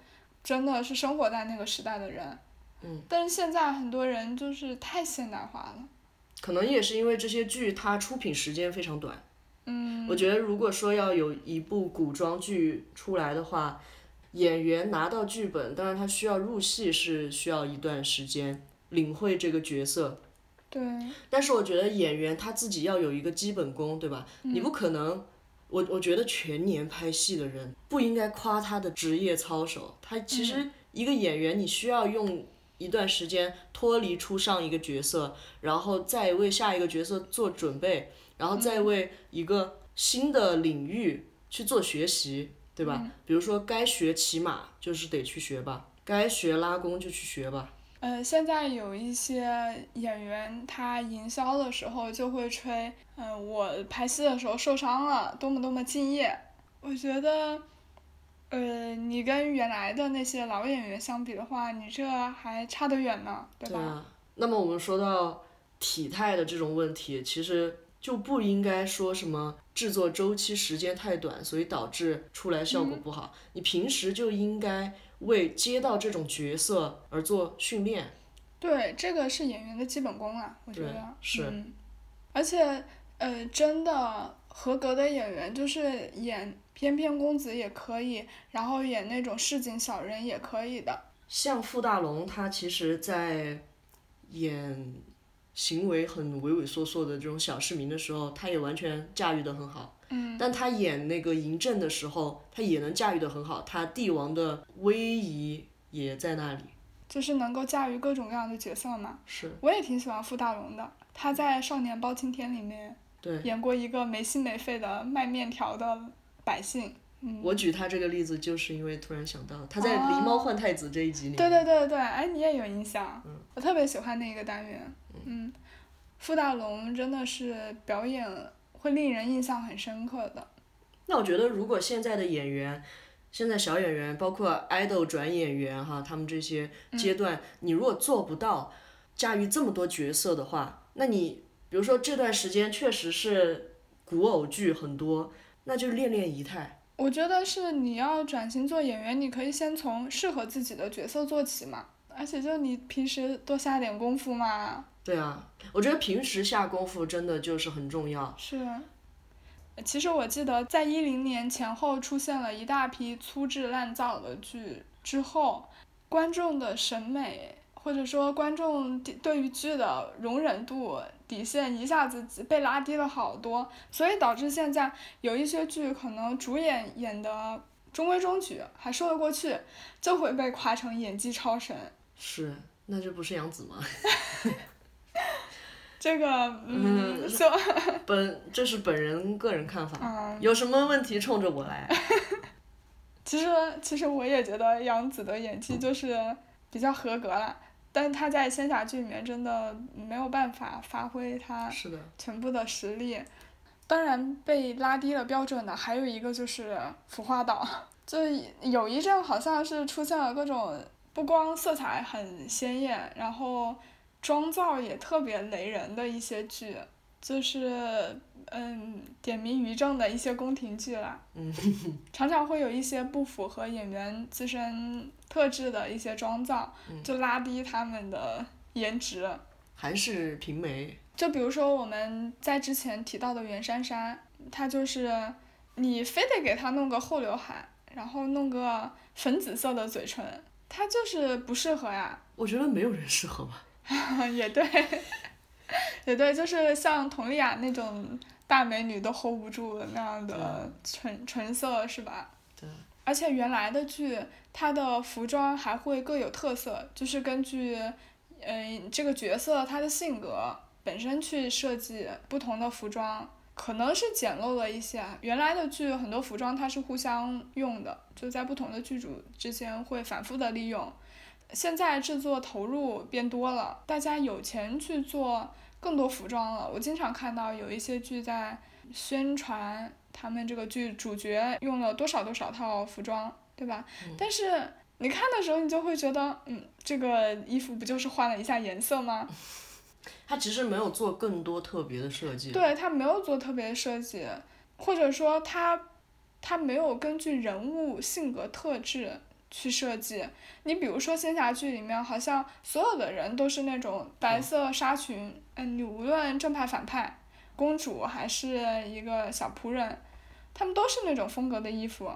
A: 真的是生活在那个时代的人，
B: 嗯，
A: 但是现在很多人就是太现代化了，
B: 可能也是因为这些剧它出品时间非常短，
A: 嗯，
B: 我觉得如果说要有一部古装剧出来的话，演员拿到剧本，当然他需要入戏是需要一段时间领会这个角色，
A: 对，
B: 但是我觉得演员他自己要有一个基本功，对吧？你不可能，我我觉得全年拍戏的人不应该夸他的职业操守。他其实一个演员，你需要用一段时间脱离出上一个角色，然后再为下一个角色做准备，然后再为一个新的领域去做学习，对吧？比如说该学骑马就是得去学吧，该学拉弓就去学吧。
A: 呃，现在有一些演员，他营销的时候就会吹，嗯、呃，我拍戏的时候受伤了，多么多么敬业。我觉得，呃，你跟原来的那些老演员相比的话，你这还差得远呢，对吧？
B: 对啊。那么我们说到体态的这种问题，其实就不应该说什么制作周期时间太短，所以导致出来效果
A: 嗯
B: 不好。你平时就应该为接到这种角色而做训练。
A: 对，这个是演员的基本功啊，我觉得
B: 是、
A: 嗯。而且，呃，真的合格的演员，就是演翩翩公子也可以，然后演那种市井小人也可以的。
B: 像傅大龙，他其实在演《行为很畏畏缩缩的这种小市民的时候，他也完全驾驭的很好。嗯，但他演那个嬴政的时候，他也能驾驭的很好，他帝王的威仪也在那里。
A: 就是能够驾驭各种各样的角色嘛。
B: 是，
A: 我也挺喜欢傅大龙的，他在《少年包青天》里面
B: 对。
A: 演过一个没心没肺的卖面条的百姓。嗯，
B: 我举他这个例子，就是因为突然想到他在《狸猫换太子》这一集里面，
A: 对对对对，哎，你也有印象，我特别喜欢那个单元。嗯，傅大龙真的是表演会令人印象很深刻的。
B: 那我觉得，如果现在的演员，现在小演员，包括 idol 转演员哈，他们这些阶段，你如果做不到驾驭这么多角色的话，那你比如说这段时间确实是古偶剧很多，那就练练仪态。
A: 我觉得是你要转型做演员，你可以先从适合自己的角色做起嘛，而且就你平时多下点功夫嘛。
B: 对啊，我觉得平时下功夫真的就是很重要。
A: 是。其实我记得，在一零年前后出现了一大批粗制滥造的剧之后，观众的审美或者说观众对对于剧的容忍度底线一下子被拉低了好多，所以导致现在有一些剧可能主演演的中规中矩，还说得过去，就会被夸成演技超神。
B: 是，那这不是杨紫吗？
A: 这个，嗯，就
B: 本这是本人个人看法，
A: 嗯，
B: 有什么问题冲着我来。
A: 其实其实我也觉得杨紫的演技就是比较合格啦，但她在仙侠剧里面真的没有办法发挥她
B: 是的，
A: 全部的实力。当然被拉低了标准的还有一个就是服化道，就有一阵好像是出现了各种不光色彩很鲜艳，然后妆造也特别雷人的一些剧，就是嗯点名于正的一些宫廷剧啦。
B: 嗯，
A: 常常会有一些不符合演员自身特质的一些妆造，
B: 嗯
A: 就拉低他们的颜值。
B: 韩式平眉，
A: 就比如说我们在之前提到的袁姗姗，她就是你非得给她弄个厚刘海，然后弄个粉紫色的嘴唇，她就是不适合呀。
B: 我觉得没有人适合吧。
A: 也对，也对，就是像佟丽娅那种大美女都 hold 不住那样的唇唇色是吧？
B: 对。
A: 而且原来的剧，它的服装还会各有特色，就是根据，嗯、这个角色他的性格本身去设计不同的服装，可能是简陋了一些。啊原来的剧很多服装它是互相用的，就在不同的剧组之间会反复的利用。现在制作投入变多了，大家有钱去做更多服装了。我经常看到有一些剧在宣传他们这个剧主角用了多少多少套服装，对吧？但是你看的时候，你就会觉得，嗯，这个衣服不就是换了一下颜色吗？
B: 他其实没有做更多特别的设计。
A: 对，它没有做特别设计，或者说它它没有根据人物性格特质去设计。你比如说仙侠剧里面，好像所有的人都是那种白色纱裙，嗯，你无论正派反派，公主还是一个小仆人，他们都是那种风格的衣服，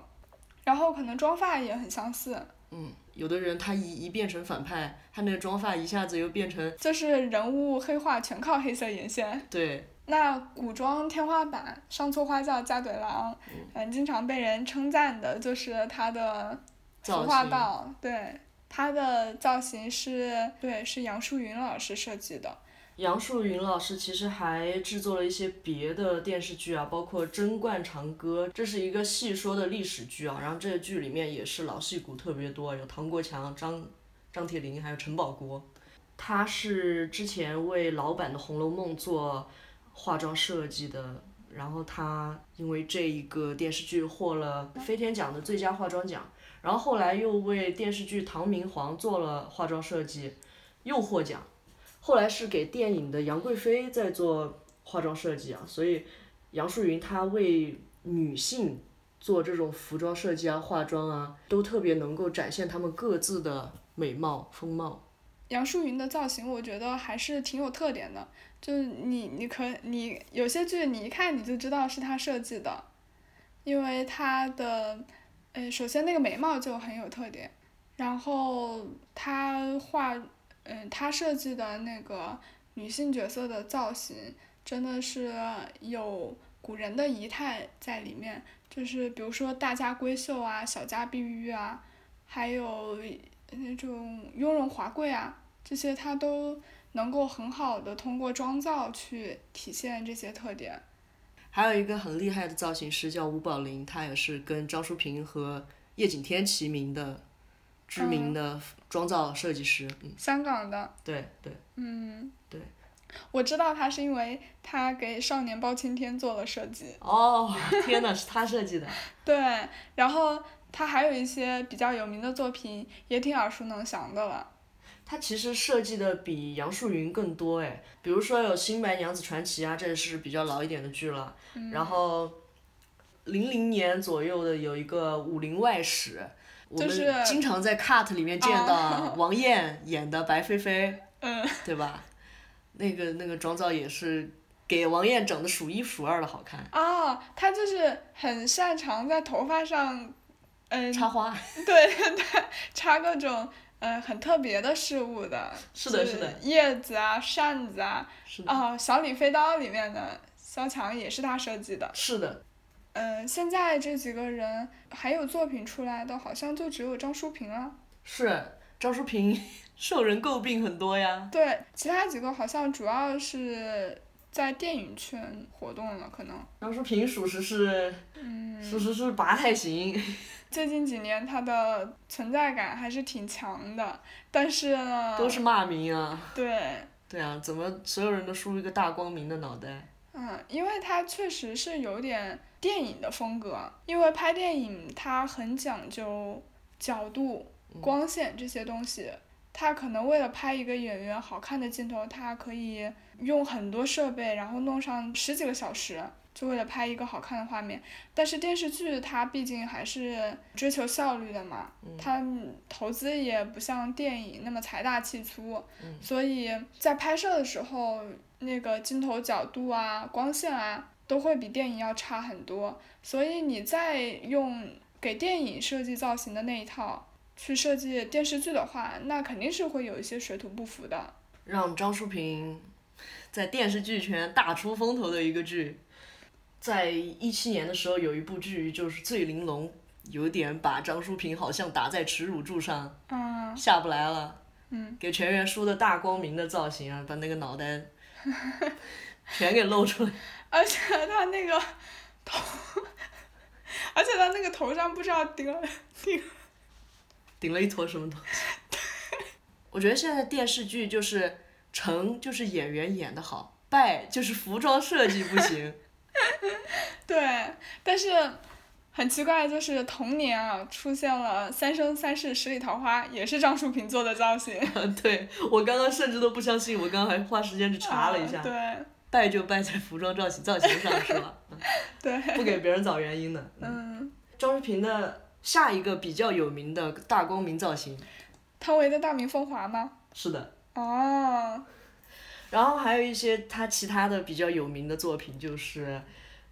A: 然后可能妆发也很相似，
B: 嗯，有的人他一一变成反派，他那个妆发一下子又变成
A: 就是人物黑化全靠黑色眼线。
B: 对，
A: 那古装天花板上错花轿嫁对郎，嗯，经常被人称赞的就是它的
B: 造
A: 服化
B: 型
A: 道，对，它的造型是对是杨淑云老师设计的，
B: 杨树云老师其实还制作了一些别的电视剧啊，包括《贞观长歌》，这是一个戏说的历史剧啊。然后这个剧里面也是老戏骨特别多，有唐国强、张张铁林，还有陈宝国。他是之前为老版的《红楼梦》做化妆设计的，然后他因为这一个电视剧获了飞天奖的最佳化妆奖，然后后来又为电视剧《唐明皇》做了化妆设计，又获奖。后来是给电影的杨贵妃在做化妆设计啊，所以杨树云她为女性做这种服装设计啊、化妆啊，都特别能够展现她们各自的美貌、风貌。
A: 杨淑云的造型我觉得还是挺有特点的，就是你你可你有些剧你一看你就知道是她设计的，因为她的，呃，首先那个眉毛就很有特点，呃然后她画，嗯、她设计的那个女性角色的造型真的是有古人的仪态在里面，就是比如说大家闺秀啊、小家碧玉啊，还有那种雍容华贵啊，这些它都能够很好的通过妆造去体现这些特点。
B: 还有一个很厉害的造型师叫吴宝林，他也是跟张淑平和叶景天齐名的知名的妆造设计师。嗯，
A: 香港的，
B: 对对，
A: 嗯，
B: 对，
A: 我知道他是因为他给《少年包青天》做了设计。
B: 哦，天哪，是他设计的。
A: 对，然后他还有一些比较有名的作品，也挺耳熟能详的了。
B: 他其实设计的比杨树云更多哎，比如说有《新白娘子传奇》啊，这是比较老一点的剧了。
A: 嗯
B: 然后，零零年左右的有一个《武林外史》，我
A: 就是哦
B: 们经常在 cut 里面见到王艳演的白飞飞，
A: 嗯，
B: 对吧？那个那个妆造也是给王艳整的数一数二的好看，
A: 啊，他就是很擅长在头发上，嗯、
B: 插花。
A: 对对对，插各种呃很特别的事物的，
B: 是的
A: 就是
B: 的，
A: 叶子啊、扇子啊，
B: 是的，
A: 啊，《小李飞刀》里面的萧蔷也是他设计的。
B: 是的，
A: 嗯、现在这几个人还有作品出来的，好像就只有张淑平了。
B: 是张淑平 受人诟病很多呀。
A: 对，其他几个好像主要是在电影圈活动了，可能。
B: 张淑平属实是，
A: 嗯，
B: 属实是拔太行。
A: 最近几年他的存在感还是挺强的，但是呢，
B: 都是骂名啊！
A: 对，
B: 对啊，怎么所有人都梳一个大光明的脑袋？
A: 嗯，因为它确实是有点电影的风格，因为拍电影它很讲究角度、光线这些东西。它可能为了拍一个演员好看的镜头，它可以用很多设备，然后弄上十几个小时，就为了拍一个好看的画面。但是电视剧它毕竟还是追求效率的嘛，它投资也不像电影那么财大气粗，所以在拍摄的时候那个镜头角度啊、光线啊，都会比电影要差很多。所以你再用给电影设计造型的那一套去设计电视剧的话，那肯定是会有一些水土不服的。
B: 让张淑平在电视剧圈大出风头的一个剧，在一七年的时候有一部剧就是《醉玲珑》，有点把张淑平好像打在耻辱柱上，
A: 嗯，
B: 下不来了。
A: 嗯，
B: 给全员梳的大光明的造型啊，把那个脑袋 全给露出来。
A: 而且他那个头， 而且他那个头上不知道顶了，
B: 顶了一坨什么东西。 我觉得现在电视剧就是成就是演员演的好，败就是服装设计不行。
A: 对，但是。很奇怪，就是同年啊，出现了《三生三世十里桃花》，也是张淑平做的造型。
B: 对我刚刚甚至都不相信，我刚刚还花时间去查了一下，
A: 啊 对
B: 败就败在服装造型造型上是 吧？
A: 对，
B: 不给别人找原因的。
A: 嗯，
B: 张淑平的下一个比较有名的大光明造型，
A: 汤唯的大明风华吗？
B: 是的。
A: 哦，
B: 然后还有一些他其他的比较有名的作品，就是《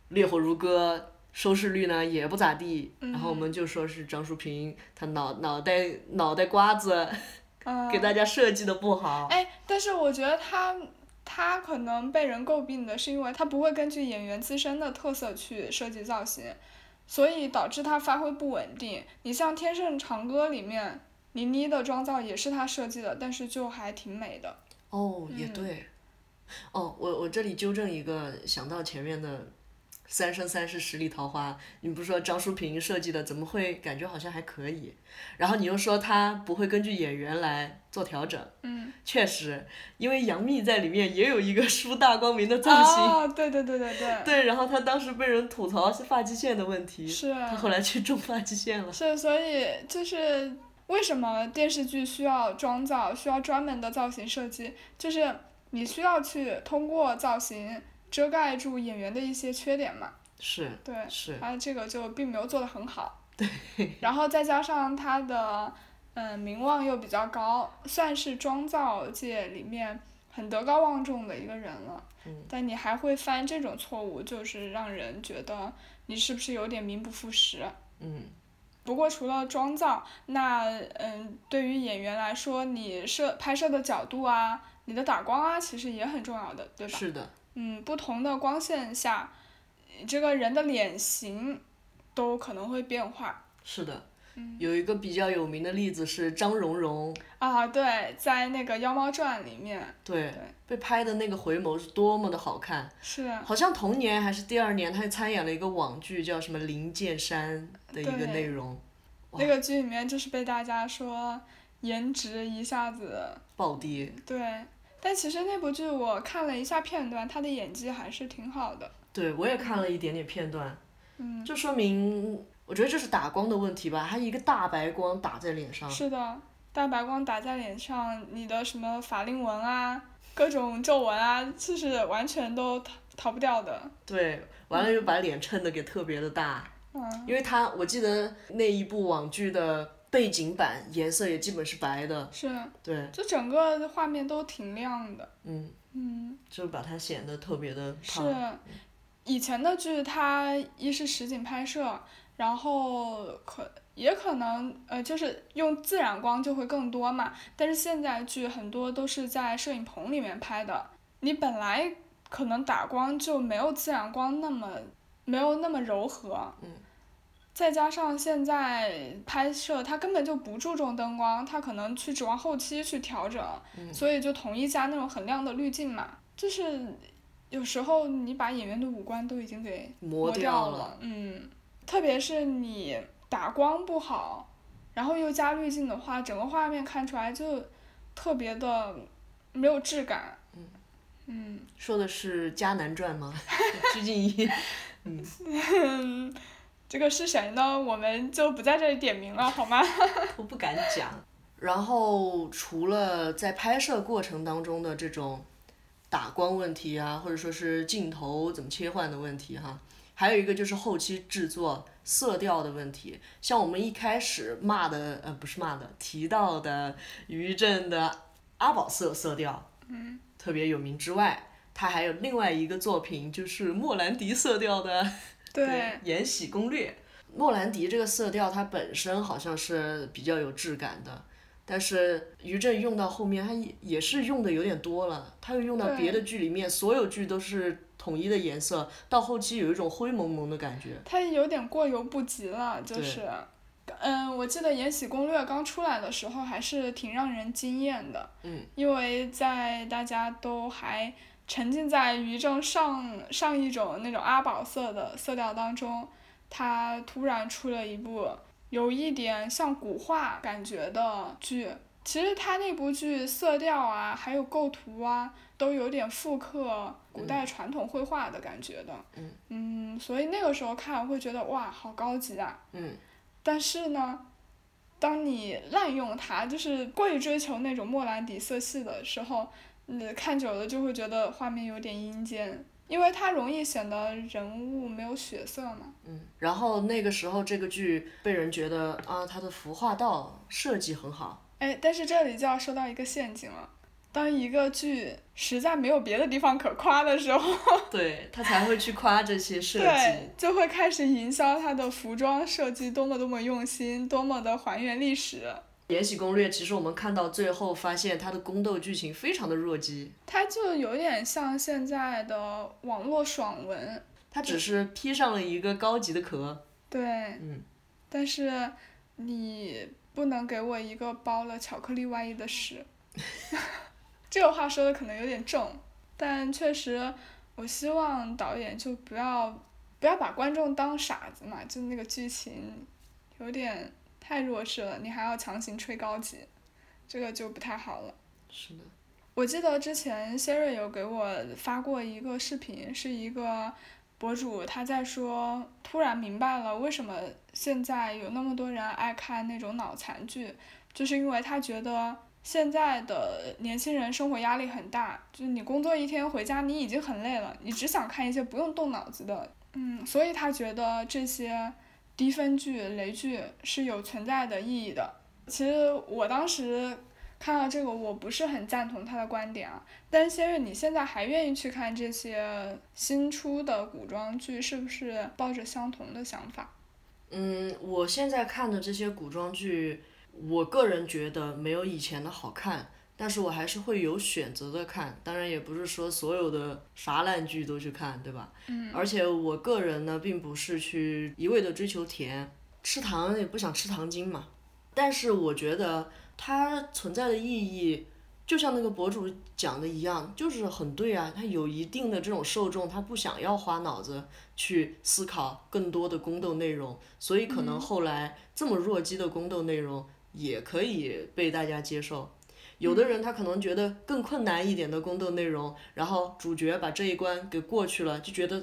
B: 烈火如歌》，收视率呢也不咋地。然后我们就说是张淑平，他脑脑袋脑袋瓜子
A: 嗯，
B: 给大家设计的不好。
A: 哎，但是我觉得他他可能被人诟病的是因为他不会根据演员自身的特色去设计造型，所以导致他发挥不稳定。你像《天盛长歌》里面，倪妮的妆造也是他设计的，但是就还挺美的。
B: 哦，也
A: 嗯
B: 对。哦，我我这里纠正一个，想到前面的《三生三世十里桃花》，你不是说张淑平设计的，怎么会感觉好像还可以？然后你又说他不会根据演员来做调整。
A: 嗯，
B: 确实，因为杨幂在里面也有一个 梳大光明的造型。
A: 哦，对对对对 对，
B: 对，然后她当时被人吐槽是发际线的问题，
A: 是啊
B: 她后来去种发际线了。
A: 是，所以就是为什么电视剧需要妆造，需要专门的造型设计，就是你需要去通过造型遮盖住演员的一些缺点嘛。
B: 是
A: 对，
B: 是，
A: 他这个就并没有做得很好。对。然后再加上他的嗯名望又比较高，算是妆造界里面很德高望重的一个人了。
B: 嗯。
A: 但你还会犯这种错误，就是让人觉得你是不是有点名不副实？
B: 嗯，
A: 不过除了妆造，那嗯，对于演员来说，你摄拍摄的角度啊，你的打光啊，其实也很重要的，对吧？
B: 是的，
A: 嗯，不同的光线下，这个人的脸型都可能会变化。
B: 是的。
A: 嗯
B: 有一个比较有名的例子是张蓉蓉，
A: 啊，对，在那个《妖猫传》里面，
B: 对
A: 对，
B: 被拍的那个回眸是多么的好看。
A: 是啊
B: 好像同年还是第二年，她参演了一个网剧，叫什么《灵剑山》的一个
A: 对
B: 内容，
A: 那个剧里面就是被大家说颜值一下子
B: 暴跌。
A: 对，但其实那部剧我看了一下片段，她的演技还是挺好的。
B: 对我也看了一点点片段，嗯，就说明我觉得这是打光的问题吧，它一个大白光打在脸上，
A: 是的，大白光打在脸上，你的什么法令纹啊，各种皱纹啊，就是完全都逃逃不掉的。
B: 对，完了又把脸衬得给特别的大，嗯，因为它我记得那一部网剧的背景板颜色也基本是白的，
A: 是，
B: 对。
A: 就整个画面都挺亮的。
B: 嗯，
A: 嗯，
B: 就把它显得特别的
A: 是
B: 胖。。
A: 以前的剧，它一是实景拍摄，然后可也可能呃，就是用自然光就会更多嘛。但是现在剧很多都是在摄影棚里面拍的，你本来可能打光就没有自然光那么没有那么柔和。
B: 嗯。
A: 再加上现在拍摄，它根本就不注重灯光，它可能去指望后期去调整，
B: 嗯
A: 所以就统一加那种很亮的滤镜嘛。就是有时候你把演员的五官都已经给
B: 磨
A: 掉
B: 了，
A: 嗯，特别是你打光不好，然后又加滤镜的话，整个画面看出来就特别的没有质感。嗯
B: 说的是《迦南传》 吗？鞠婧祎，
A: 嗯，这个是谁呢？我们就不在这里点名了，好吗？
B: 我不敢讲。然后除了在拍摄过程当中的这种打光问题啊，或者说是镜头怎么切换的问题哈、还有一个就是后期制作色调的问题。像我们一开始骂的，呃，不是骂的，提到的于震的阿宝色色调，嗯，特别有名之外，他还有另外一个作品就是莫兰迪色调的
A: 对，
B: 《延禧攻略》。莫兰迪这个色调，它本身好像是比较有质感的，但是于正用到后面，他也也是用的有点多了，他又用到
A: 对
B: 别的剧里面，所有剧都是统一的颜色，到后期有一种灰蒙蒙的感觉。
A: 它有点过犹不及了，就
B: 对
A: 是。嗯，我记得《延禧攻略》刚出来的时候还是挺让人惊艳的，
B: 嗯，
A: 因为在大家都还沉浸在于正上上一种那种阿宝色的色调当中，他突然出了一部有一点像古画感觉的剧。其实他那部剧色调啊，还有构图啊，都有点复刻古代传统绘画的感觉的。
B: 嗯
A: 嗯所以那个时候看会觉得哇，好高级啊！
B: 嗯，
A: 但是呢，当你滥用它，就是过于追求那种莫兰迪色系的时候，你看久了就会觉得画面有点阴间，因为它容易显得人物没有血色嘛。
B: 嗯，然后那个时候这个剧被人觉得啊，它的服化道设计很 好，
A: 哎，但是这里就要说到一个陷阱了。当一个剧实在没有别的地方可夸的时候，
B: 对他才会去夸这些设计。
A: 对，就会开始营销它的服装设计多么多么用心，多么的还原历史。
B: 《延禧攻略》其实我们看到最后发现它的宫斗剧情非常的弱鸡，
A: 它就有点像现在的网络爽文，
B: 它只是披上了一个高级的壳。
A: 对，
B: 嗯
A: 但是你不能给我一个包了巧克力外衣的屎。 这个话说的可能有点重，但确实，我希望导演就不要不要把观众当傻子嘛，就那个剧情有点太弱智了，你还要强行吹高级，这个就不太好了。
B: 是的，
A: 我记得之前 Siri 有给我发过一个视频，是一个博主他在说，突然明白了为什么现在有那么多人爱看那种脑残剧，就是因为他觉得现在的年轻人生活压力很大，就是你工作一天回家你已经很累了，你只想看一些不用动脑子的，嗯，所以他觉得这些低分剧、雷剧是有存在的意义的。其实我当时看到这个，我不是很赞同他的观点啊。但是先生，你现在还愿意去看这些新出的古装剧，是不是抱着相同的想法？
B: 嗯，我现在看的这些古装剧，我个人觉得没有以前的好看，但是我还是会有选择的看，当然也不是说所有的啥烂剧都去看，对吧？嗯。而且我个人呢，并不是去一味的追求甜，吃糖也不想吃糖精嘛。但是我觉得它存在的意义，就像那个博主讲的一样，就是很对啊。它有一定的这种受众，他不想要花脑子去思考更多的宫斗内容，所以可能后来这么弱鸡的宫斗内容也可以被大家接受。有的人他可能觉得更困难一点的宫斗内容，然后主角把这一关给过去了，就觉得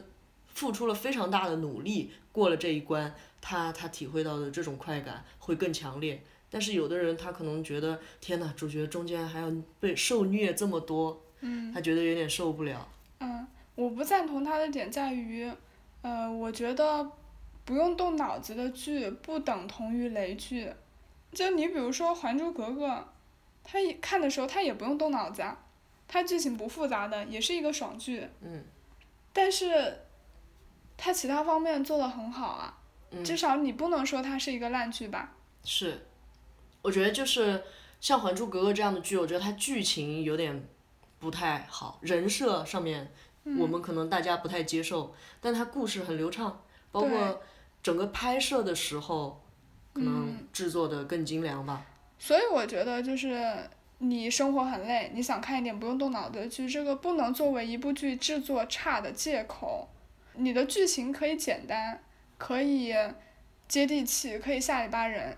B: 付出了非常大的努力，过了这一关，他他体会到的这种快感会更强烈。但是有的人他可能觉得天呐，主角中间还要被受虐这么多，
A: 嗯
B: 他觉得有点受不了。
A: 嗯，我不赞同他的点在于，呃，我觉得不用动脑子的剧不等同于雷剧。就你比如说《还珠格格》，他一看的时候他也不用动脑子啊，它剧情不复杂的，也是一个爽剧。
B: 嗯。
A: 但是，它其他方面做得很好啊，
B: 嗯
A: 至少你不能说它是一个烂剧吧？
B: 是，我觉得就是像《还珠格格》这样的剧，我觉得它剧情有点不太好，人设上面我们可能大家不太接受，但它故事很流畅，包
A: 对
B: 括整个拍摄的时候，可能制作的更精良吧。
A: 所以我觉得就是你生活很累，你想看一点不用动脑子的剧，这个不能作为一部剧制作差的借口。你的剧情可以简单，可以接地气，可以下里巴人，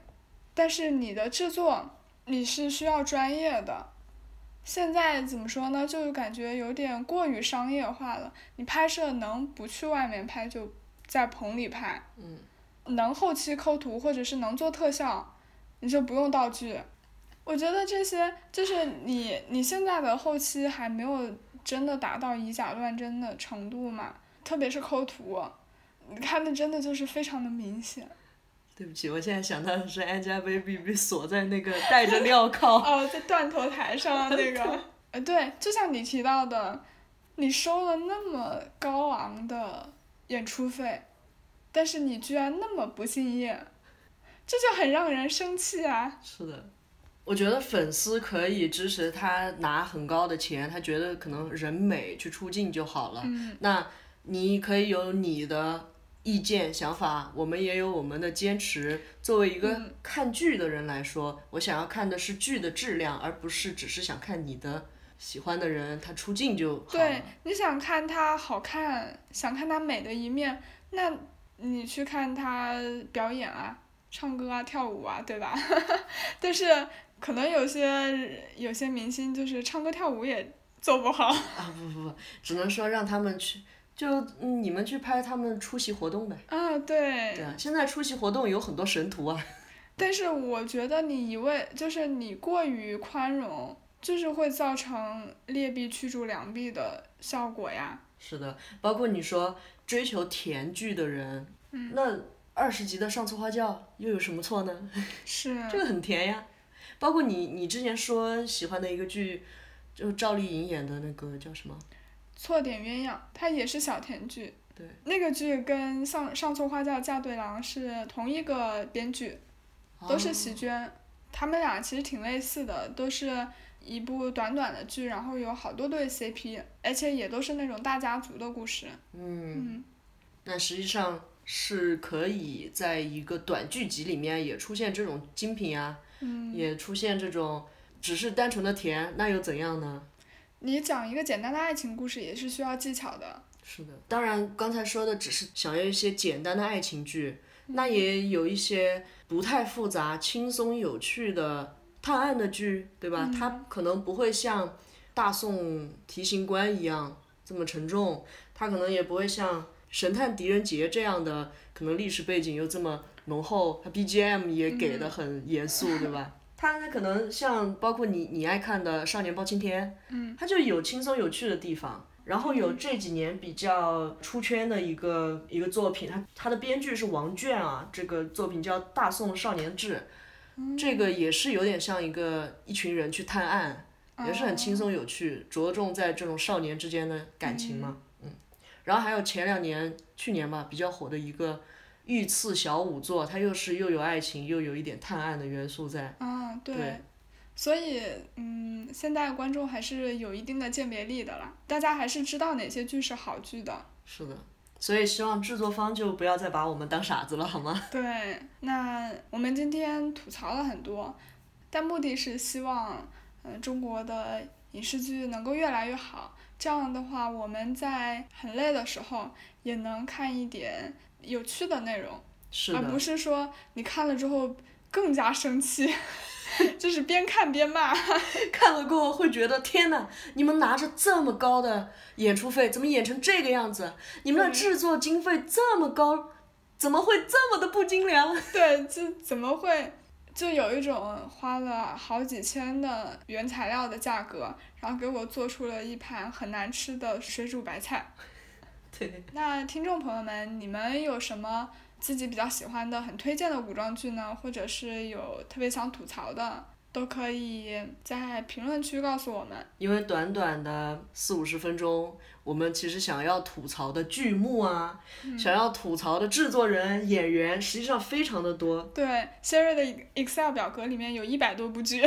A: 但是你的制作你是需要专业的。现在怎么说呢？就感觉有点过于商业化了。你拍摄能不去外面拍，就在棚里拍。嗯。能后期抠图，或者是能做特效，你就不用道具。我觉得这些就是你你现在的后期还没有真的达到以假乱真的程度嘛，特别是抠图，你看的真的就是非常的明显。
B: 对不起，我现在想到的是 Angelababy 被锁在那 个戴着镣铐，
A: 哦，在断头台 上啊那个，呃，对，就像你提到的，你收了那么高昂的演出费，但是你居然那么不敬业，这就很让人生气啊！
B: 是的，我觉得粉丝可以支持他拿很高的钱，他觉得可能人美去出镜就好了。
A: 嗯
B: 那你可以有你的意见想法，我们也有我们的坚持。作为一
A: 嗯
B: 个看剧的人来说，我想要看的是剧的质量，而不是只是想看你的喜欢的人他出镜就好
A: 对
B: 了。，
A: 你想看她好看，想看她美的一面，那你去看她表演啊、唱歌啊、跳舞啊，对吧？ 但是可能有些有些明星就是唱歌跳舞也做不好。
B: 啊不不不，只能说让他们去，就嗯你们去拍他们出席活动呗。
A: 啊，对。
B: 对啊，现在出席活动有很多神图啊。
A: 但是我觉得你一味就是你过于宽容，就是会造成劣币驱逐良币的效果呀。
B: 是的，包括你说追求甜剧的人，那二十集的上错花轿又有什么错呢？
A: 是。
B: 这个很甜呀。包括你，你之前说喜欢的一个剧，就赵丽颖演的那个叫什么？
A: 错点鸳鸯，它也是小甜剧。
B: 对，
A: 那个剧跟上上错花轿嫁对郎是同一个编剧，都是
B: 喜
A: 席娟，他们俩其实挺类似的，都是一部短短的剧，然后有好多对 CP，而且也都是那种大家族的故事。
B: 嗯，
A: 嗯，
B: 那实际上是可以在一个短剧集里面也出现这种精品啊，
A: 嗯
B: 也出现这种只是单纯的甜，那又怎样呢？
A: 你讲一个简单的爱情故事也是需要技巧的。
B: 是的，当然刚才说的只是想要一些简单的爱情剧，那也有一些不太复杂、轻松有趣的探案的剧，对吧？它可能不会像《大宋提刑官》一样这么沉重，它可能也不会像《神探狄仁杰》这样的，可能历史背景又这么浓厚，它 BGM 也给的很严肃，对吧？嗯它可能像包括你你爱看的《少年包青天》，它就有轻松有趣的地方，然后有这几年比较出圈的一个一个作品，它它的编剧是王倦啊，这个作品叫《大宋少年志》，这个也是有点像一个一群人去探案，
A: 嗯
B: 也是很轻松有趣，着重在这种少年之间的感情嘛，嗯，然后还有前两年去年吧比较火的一个《御赐小仵作》，它又是又有爱情又有一点探案的元素在，
A: 啊，对。
B: 对
A: 所以，嗯，现代观众还是有一定的鉴别力的啦，大家还是知道哪些剧是好剧的。
B: 是的，所以希望制作方就不要再把我们当傻子了，好吗？
A: 对，那我们今天吐槽了很多，但目的是希望，嗯、中国的影视剧能够越来越好。这样的话，我们在很累的时候也能看一点有趣的内容，
B: 是
A: 而
B: 的，
A: 不是说你看了之后更加生气， 就是边看边骂。
B: 看了过后会觉得天哪，你们拿着这么高的演出费，怎么演成这个样子？你们的
A: 对
B: 制作经费这么高，怎么会这么的不精良？
A: 对，就怎么会，就有一种花了好几千的原材料的价格，然后给我做出了一盘很难吃的水煮白菜。
B: 对，
A: 那听众朋友们，你们有什么自己比较喜欢的、很推荐的古装剧呢？或者是有特别想吐槽的，都可以在评论区告诉我们。
B: 因为短短的四五十分钟，我们其实想要吐槽的剧目啊，想要吐槽的制作人、演员，实际上非常的多。
A: 对，Sherry 的 Excel 表格里面有一百多部剧，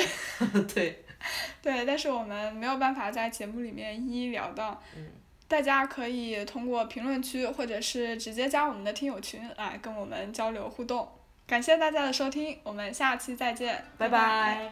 B: 对，
A: 对，但是我们没有办法在节目里面一一聊到。
B: 嗯
A: 大家可以通过评论区或者是直接加我们的听友群来跟我们交流互动。感谢大家的收听，我们下期再见，
B: 拜拜